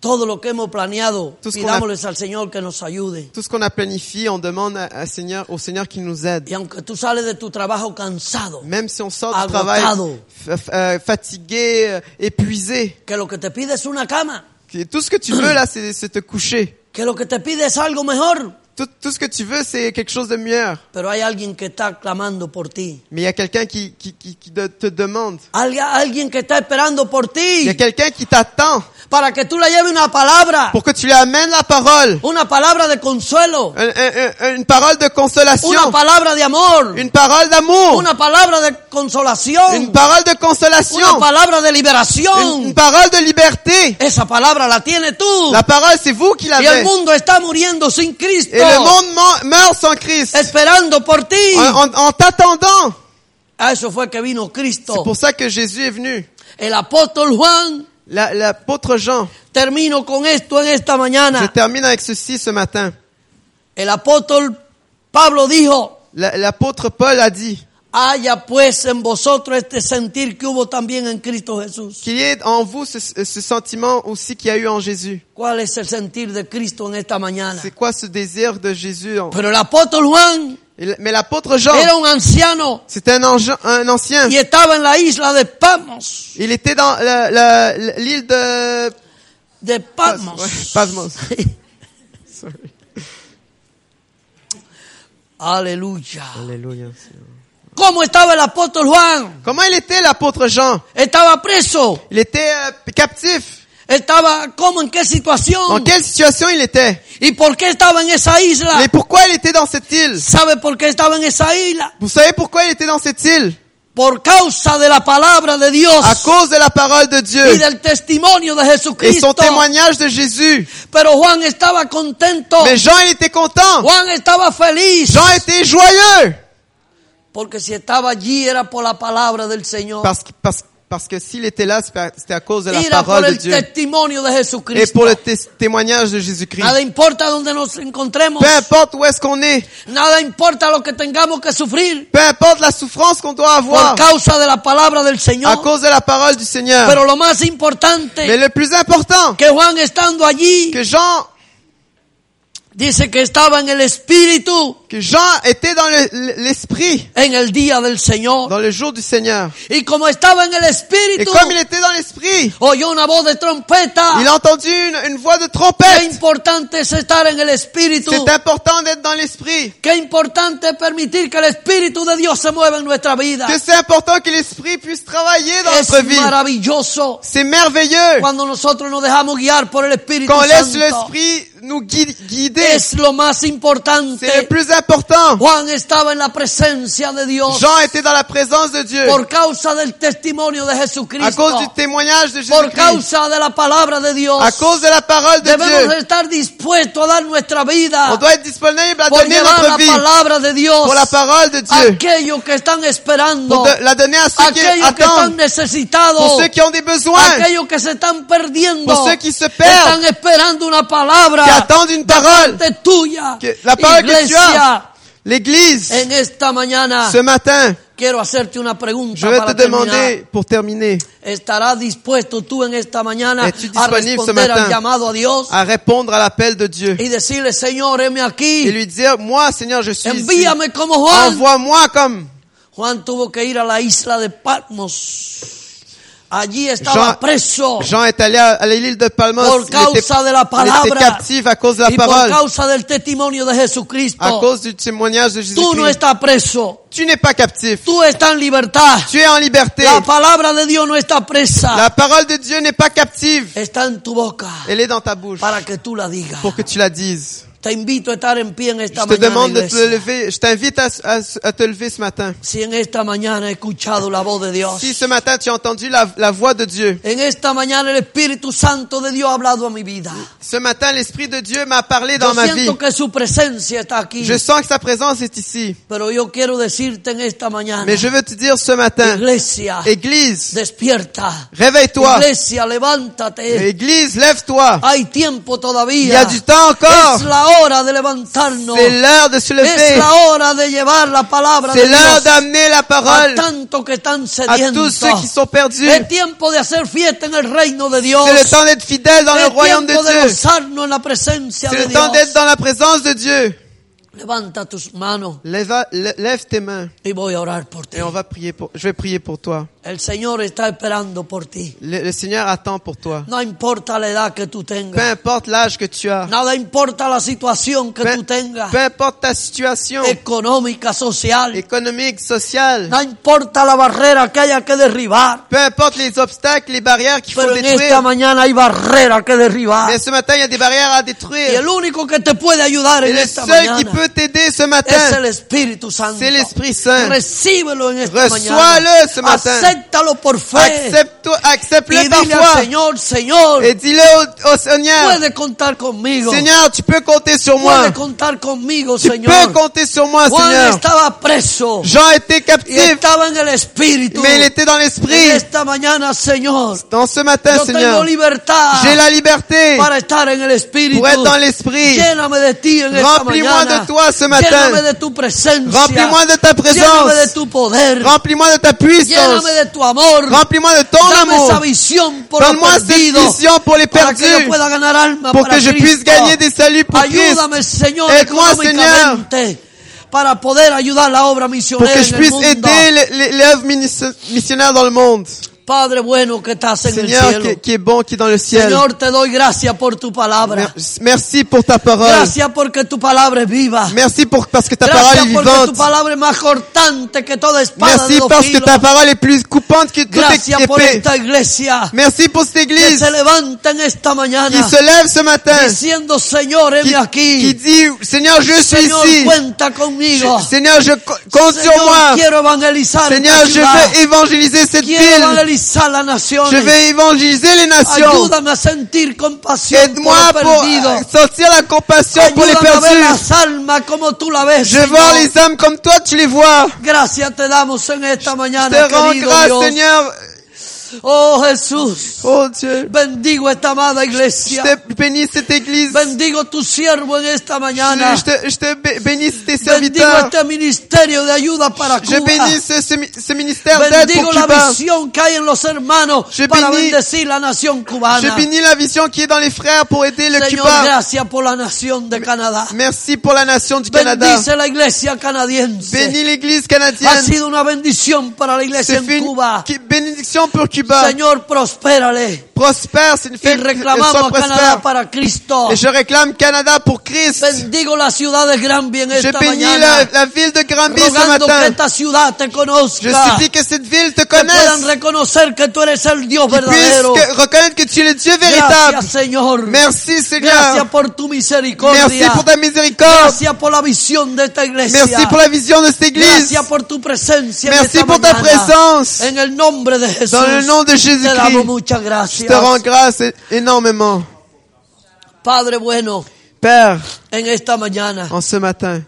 Todo lo que hemos planeado,
Tout ce qu'on a-
pidámosles al Señor que nos ayude.
Tout ce qu'on a planifié, on demande à, à Seigneur, au Seigneur qu'il nous aide.
Y aunque tú sales de tu trabajo cansado,
Même si on sort du travail
Agotado.
f- f- euh, fatigué, euh, épuisé,
que lo que te pide es una cama,
que tout ce que tu veux là, c'est c'est te coucher.
que lo que te pide es algo mejor,
Tout, tout ce que tu veux, c'est quelque chose de meilleur.
pero hay alguien que está clamando por ti.
Mais il y a quelqu'un qui, qui, qui, qui de- te demande.
Algu- alguien que está esperando por
Il y
ti
a quelqu'un qui t'attend
para que tú le lleves una palabra,
pour que tu lui amènes la parole.
una palabra de consuelo,
Un- un- un- une parole de
una
consolation.
palabra de amor,
Une parole d'amour.
una palabra de
Une
consolación,
parole de
una
consolation.
palabra de
Une, une
liberación.
parole de liberté.
Esa palabra la tiene tú.
La parole, c'est vous qui
Y el
l'avez.
mundo está muriendo sin Cristo,
Et le monde men- meurt sans Christ.
esperando por ti.
En, en- en t'attendant.
A eso fue que vino
C'est
Cristo.
pour ça que Jésus est venu.
El apóstol Juan
La- L'apôtre Jean.
termino con esto en esta
Je
mañana.
termine avec ceci ce matin.
El apóstol Pablo dijo,
La- L'apôtre Paul a dit
haya pues en vosotros este sentir que hubo también en Cristo Jesús.
qu'il y ait en vous ce, ce sentiment aussi qu'il y a eu en Jésus.
¿Cuál es el sentir de Cristo en esta mañana?
C'est quoi ce désir de Jésus en-
Pero el apóstol Juan
Et le- Mais l'apôtre Jean,
era un anciano
c'était un, ange- un ancien.
y estaba en la isla de Patmos.
Il était dans la- la- l'île de...
De Patmos.
Ouais, [laughs] Patmos. Sorry.
Aleluya.
Oh. Alléluia.
¿Cómo estaba el apóstol Juan?
Comment il était l'apôtre Jean
Estaba preso.
Il était euh, captif.
Estaba, ¿cómo? ¿En qué
Dans
situación?
quelle situation il était
¿Y por qué estaba en esa isla?
Mais pourquoi il était dans cette île
¿Sabe por qué estaba en esa isla?
Vous savez pourquoi il était dans cette île
Por causa de la palabra de Dios
À cause de la parole de
y
Dieu
del testimonio de
et son
Jesucristo.
témoignage de Jésus.
Pero Juan estaba contento.
Mais Jean, il était content.
Juan estaba feliz.
Jean était joyeux.
Porque si estaba allí era por la palabra del Señor.
Parce, que- parce, parce que s'il était là, c'est par- c'était à cause de la
Era por
parole de
el
Dieu
testimonio de
et
Jesucristo.
pour le tes- témoignage de Jésus-Christ.
Nada importa donde nos encontremos.
Peu importe où est-ce qu'on est,
Nada importa lo que tengamos que sufrir
peu importe la souffrance qu'on doit avoir
por causa de la palabra del
à
Señor.
cause de la parole du Seigneur.
Pero lo más importante
Mais le plus important,
que Juan estando allí
que Jean,
dice que estaba en el espíritu
que Jean était dans le- l'esprit,
en el día del Señor
dans le jour du Seigneur.
y como estaba en el
Et
espíritu
comme il était dans l'esprit,
oyó una voz de trompeta.
il a entendu une, une voix de
Qué
trompette.
importante es estar en el espíritu.
C'est important d'être dans l'esprit.
Qué importante es permitir que el espíritu de Dios se mueva en nuestra vida.
Que c'est important que l'esprit puisse travailler dans notre
Es
vie.
maravilloso
C'est merveilleux.
cuando nosotros nos dejamos guiar por el Espíritu
Quand on laisse
Santo.
l'esprit nous gui- guider,
Es lo más
c'est le
importante.
plus important.
Juan estaba en la presencia de Dios
Jean était dans la présence de Dieu
por causa del testimonio de
à cause du
Jesucristo.
témoignage de
por
Jésus-Christ,
causa de la palabra de Dios.
à cause de la parole de
Debemos
Dieu.
estar dispuestos a dar nuestra vida
On doit être disponible à
por
donner
llevar Ah. la
notre vie
palabra de Dios
pour la parole de
a
Dieu,
aquellos que están
pour
esperando,
de- la donner à
a
ceux qui
aquellos que están
attendent,
necesitados,
pour ceux qui ont des
a
besoins, qui
aquellos que se están perdiendo,
Por ceux qui se
están
perdent.
esperando una palabra
attendent une parole.
de tuya.
Que- la palabra que tu
Iglesia,
as. L'Église,
en esta mañana
ce matin,
quiero hacerte una pregunta
je vais te
para terminar.
demander, pour terminer,
¿Estarás dispuesto tú en esta mañana
Es-tu
a
disponible ce
responder al
matin?
llamado a Dios?
à répondre à l'appel de Dieu
y decirle, Señor, heme
et
aquí,
lui dire, moi, Seigneur, je suis ici.
envíame como Ah, Juan.
Envoie-moi comme
Juan tuvo que ir a la isla de Patmos. Allí estaba
Jean-
preso
Jean est allé à, à l'île de Palmos.
Oh. por
il était,
causa de la
il était
palabra
captif à cause de la
y por
parole,
causa del testimonio de
à
Jesucristo.
cause du témoignage de
Tú no
Jésus-Christ.
estás preso,
Tu n'es pas captif.
tú estás en libertad.
Tu es en liberté.
La palabra de Dios no está presa,
La parole de Dieu n'est pas captive.
está en tu boca
Elle est dans ta bouche
para que tú la digas.
pour que tu la dises.
Te Te invito a estar en pie en
Je
esta
te
mañana.
demande de te
iglesia.
lever. Je t'invite à, à- à te lever ce matin.
Si en esta mañana he escuchado la voz de Dios,
Si ce matin tu as entendu la, la voix de Dieu,
en esta mañana el Espíritu Santo de Dios ha hablado a mi vida.
ce matin l'Esprit de Dieu m'a parlé dans
Yo
ma vie.
siento que su presencia está aquí,
Je sens que sa présence est ici.
pero yo quiero decirte en esta mañana,
Mais je veux te dire ce matin,
iglesia,
Église,
despierta.
réveille-toi.
Iglesia, levántate.
Église, lève-toi.
Hay tiempo todavía.
Il y a du temps encore.
Es la hora de levantarnos.
C'est l'heure de se
Es
lever.
la hora de llevar la palabra de
C'est l'heure
Dios
d'amener la
a
parole
tanto que están
à tous
sedientos.
ceux qui sont perdus.
Es tiempo de hacer fiesta en el reino de Dios.
C'est le temps d'être fidèle dans le
Es
royaume de
tiempo de
Dieu.
gozarnos en la presencia
C'est
de
le temps d'être
Dios.
dans la présence de Dieu.
Levanta tus manos
Lève, lè- lève tes mains
y voy a orar por ti.
et on va prier pour, je vais prier pour toi.
El Señor está esperando por ti.
Le, le Seigneur attend pour toi.
No importa la edad que tú
Peu
tengas.
importe l'âge que tu as.
Nada importa la situación que
Peu,
tú tengas.
peu importe ta situation
Económica, social.
économique, sociale.
No importa la barrera que haya que derribar.
Peu importe les obstacles, les barrières qu'il faut
Pero en esta
détruire.
mañana hay barrera que derribar.
Mais ce matin, il y a des barrières à
Y
détruire.
el único que te puede ayudar
Et
en
le
esta
seul qui
mañana
peut t'aider ce
es
matin,
el Espíritu Santo.
c'est l'Esprit Saint.
Recíbelo en esta mañana.
Reçois-le ce matin.
Acéptalo por fe.
Accepte-toi,
y dile
accepte-le parfois.
al Señor, Señor,
Et dis-le au, au Seigneur,
puede contar conmigo.
Seigneur, tu peux compter sur moi.
puede contar conmigo,
Tu peux
Señor.
compter sur moi,
Juan
Seigneur.
estaba preso
Jean était
y
captif,
estaba en el Espíritu.
mais il était dans
En
l'esprit.
esta mañana, Señor,
Dans ce matin,
yo tengo
Seigneur,
libertad
j'ai la Pues, liberté
para estar en el Espíritu.
pour être dans l'esprit.
Lléname de ti en esta
Remplis-moi
mañana.
de toi ce matin.
Lléname de tu presencia.
Remplis-moi de ta
Lléname de
présence.
tu poder.
Remplis-moi de ta puissance.
Lléname de tu amor.
Remplis-moi de ton
Dame esa
amour.
visión por los
Donne-moi cette
perdidos.
vision pour les
Para que yo
perdus,
pueda ganar alma
pour
para
que je
Cristo.
puisse gagner des saluts pour Christ,
Ayúdame, Señor,
Aide-moi,
económicamente para poder ayudar la obra
pour
misionera
que je
en el
puisse
mundo.
aider les- les- l'œuvre minis- missionnaire dans le monde.
Padre bueno que estás en el
Seigneur
cielo.
qui, qui est bon, qui est dans le ciel.
Señor, te doy gracias por tu palabra.
Mer- Merci pour ta parole.
Gracias porque tu palabra es viva.
Merci pour, parce que ta
Gracias
parole est
porque tu
vivante.
palabra es más cortante que toda espada de
Merci
dos
parce que
filos.
ta parole est plus coupante que toute
Gracias por
épée.
esta iglesia
Merci pour cette
que
église
se levanta en esta
qui
mañana
se lève ce matin,
diciendo Señor,
qui,
heme
qui
aquí.
dit, Seigneur, je suis
Señor,
ici.
cuenta conmigo.
Seigneur, je co- compte sur
Señor,
moi.
quiero evangelizar
Seigneur,
esta
je
ciudad.
veux évangéliser cette
Quiero
ville.
evangelizar la nación.
Je vais évangéliser les nations.
Ayúdame a sentir compasión por
Aide-moi
los
pour
perdidos.
sentir la compassion pour les
Ayúdame a ver
perdus.
las almas como tú la ves.
Je vois
Señor.
les âmes comme toi, tu les vois.
Gracias te damos en esta
Je
mañana,
te rends
querido
grâce,
Dios.
Seigneur.
Oh Jesús,
Oh Dieu,
bendigo esta amada
je
iglesia.
te bénis cette église.
Bendigo tu siervo en esta mañana.
Je te, je te bé- bénis tes
Bendigo
serviteurs.
este ministerio de ayuda para
Je
Cuba.
bénis ce, ce mi- ce ministère d'aide pour
Bendigo la
Cuba.
visión que hay en los hermanos
Je
para
bénis-
bendecir la nación
Je
cubana.
bénis la vision qui est dans les frères pour aider le
Señor,
Cuba.
gracias por la nación de Canadá.
Merci pour la nation du Canada.
Bendice la iglesia canadiense.
Bénis l'église
Ha
canadienne.
sido una bendición para la iglesia
C'est
en
une
Cuba.
qui- bénédiction pour Cuba.
Señor, prospérale.
Prospère, c'est une
Y
fête qu'elle soit
reclamamos Canadá
prospère.
para Cristo.
Et je réclame Canada pour Christ.
Bendigo la ciudad de Granby en
Je
esta
bénis la,
mañana.
la ville de Granby ce
Rogando que
matin.
esta ciudad te
Je
conozca.
supplie que cette ville te
Que puedan
connaisse.
reconocer que tú eres el Dios
Qu'ils puissent
verdadero.
que- reconnaître que tu es le Dieu véritable.
Gracias, Señor.
Merci
Gracias
Seigneur.
por tu misericordia.
Merci pour ta miséricorde.
Gracias por la visión de esta iglesia.
Merci pour la vision de cette église.
Gracias por tu presencia. en
Merci
esta
pour ta
mañana.
présence.
En el nombre de Jesús.
Dans le nom
Te
de
damos
Jésus-Christ,
muchas
je
gracias.
te rends grâce é- énormément.
Padre bueno,
Père,
en esta mañana
en ce matin,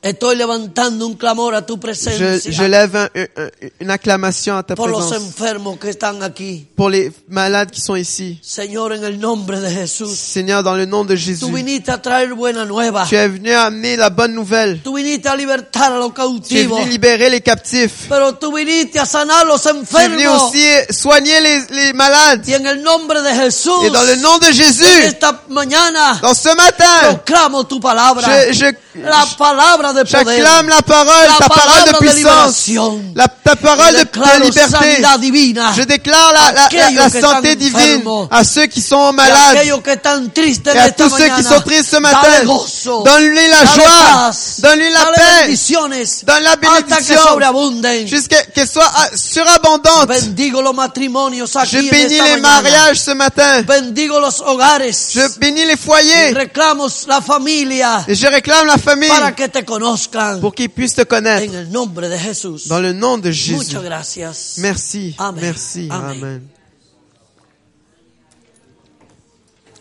estoy levantando un clamor a tu
je,
presencia
je lève un- un- une acclamation à ta
por los
présence
enfermos que están aquí.
pour les malades qui sont ici.
Señor, en el nombre de Jesús.
Seigneur, dans le nom de Jésus,
Tú viniste a traer buena nueva.
tu es venu amener la bonne nouvelle.
Tú viniste a libertar a los
Tu es
cautivos.
venu libérer les captifs.
Pero tú viniste a sanar a los
Tu es venu
enfermos.
aussi soigner les, les malades.
Y en el nombre de Jesús,
Et dans le nom de
en
Jésus,
esta mañana,
dans ce matin,
proclamo tu palabra.
je, je
la palabra de poder.
J'acclame la parole,
La
ta parole
palabra de
de puissance,
libération.
la, ta parole
Y
de,
declaro
de liberté.
sanidad divina.
Je déclare la, la- la- la
Aquellos que
santé
están
divine
enfermos.
à ceux qui sont
Y a
malades,
aquellos que están tristes
et
en
à
esta
tous ceux qui
mañana,
sont tristes ce
dale
matin.
gozo,
Donne-lui la
dale
joie,
paz,
donne-lui la
dale
paix,
bendiciones,
donne la
hasta que
bénédiction,
sobreabunden.
jusqu'à qu'elle soit ah, surabondante.
Bendigo los matrimonios aquí
Je
en
bénis
esta
les
mañana.
mariages ce matin.
Bendigo los hogares.
Je bénis les
Y
foyers.
reclamos la familia
Et je réclame la famille
para que te conozcan.
pour qu'ils puissent te connaître.
En el nombre de Jesús.
Dans le nom de Jésus.
Muchas gracias.
Merci.
Amen.
Merci.
Amen.
Amen.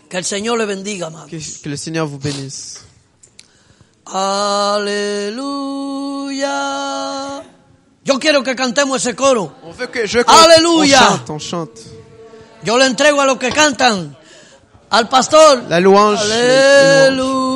Que el Señor le bendiga, amado.
Que, que le Seigneur vous bénisse.
Aleluya. Yo quiero que cantemos ese coro.
On veut que je
Alléluia.
On chante, on chante.
Yo le entrego a los que cantan, al pastor.
La louange. les- les louanges.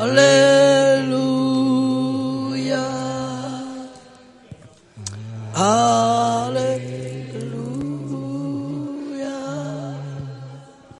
Aleluya. Aleluya. Aleluya.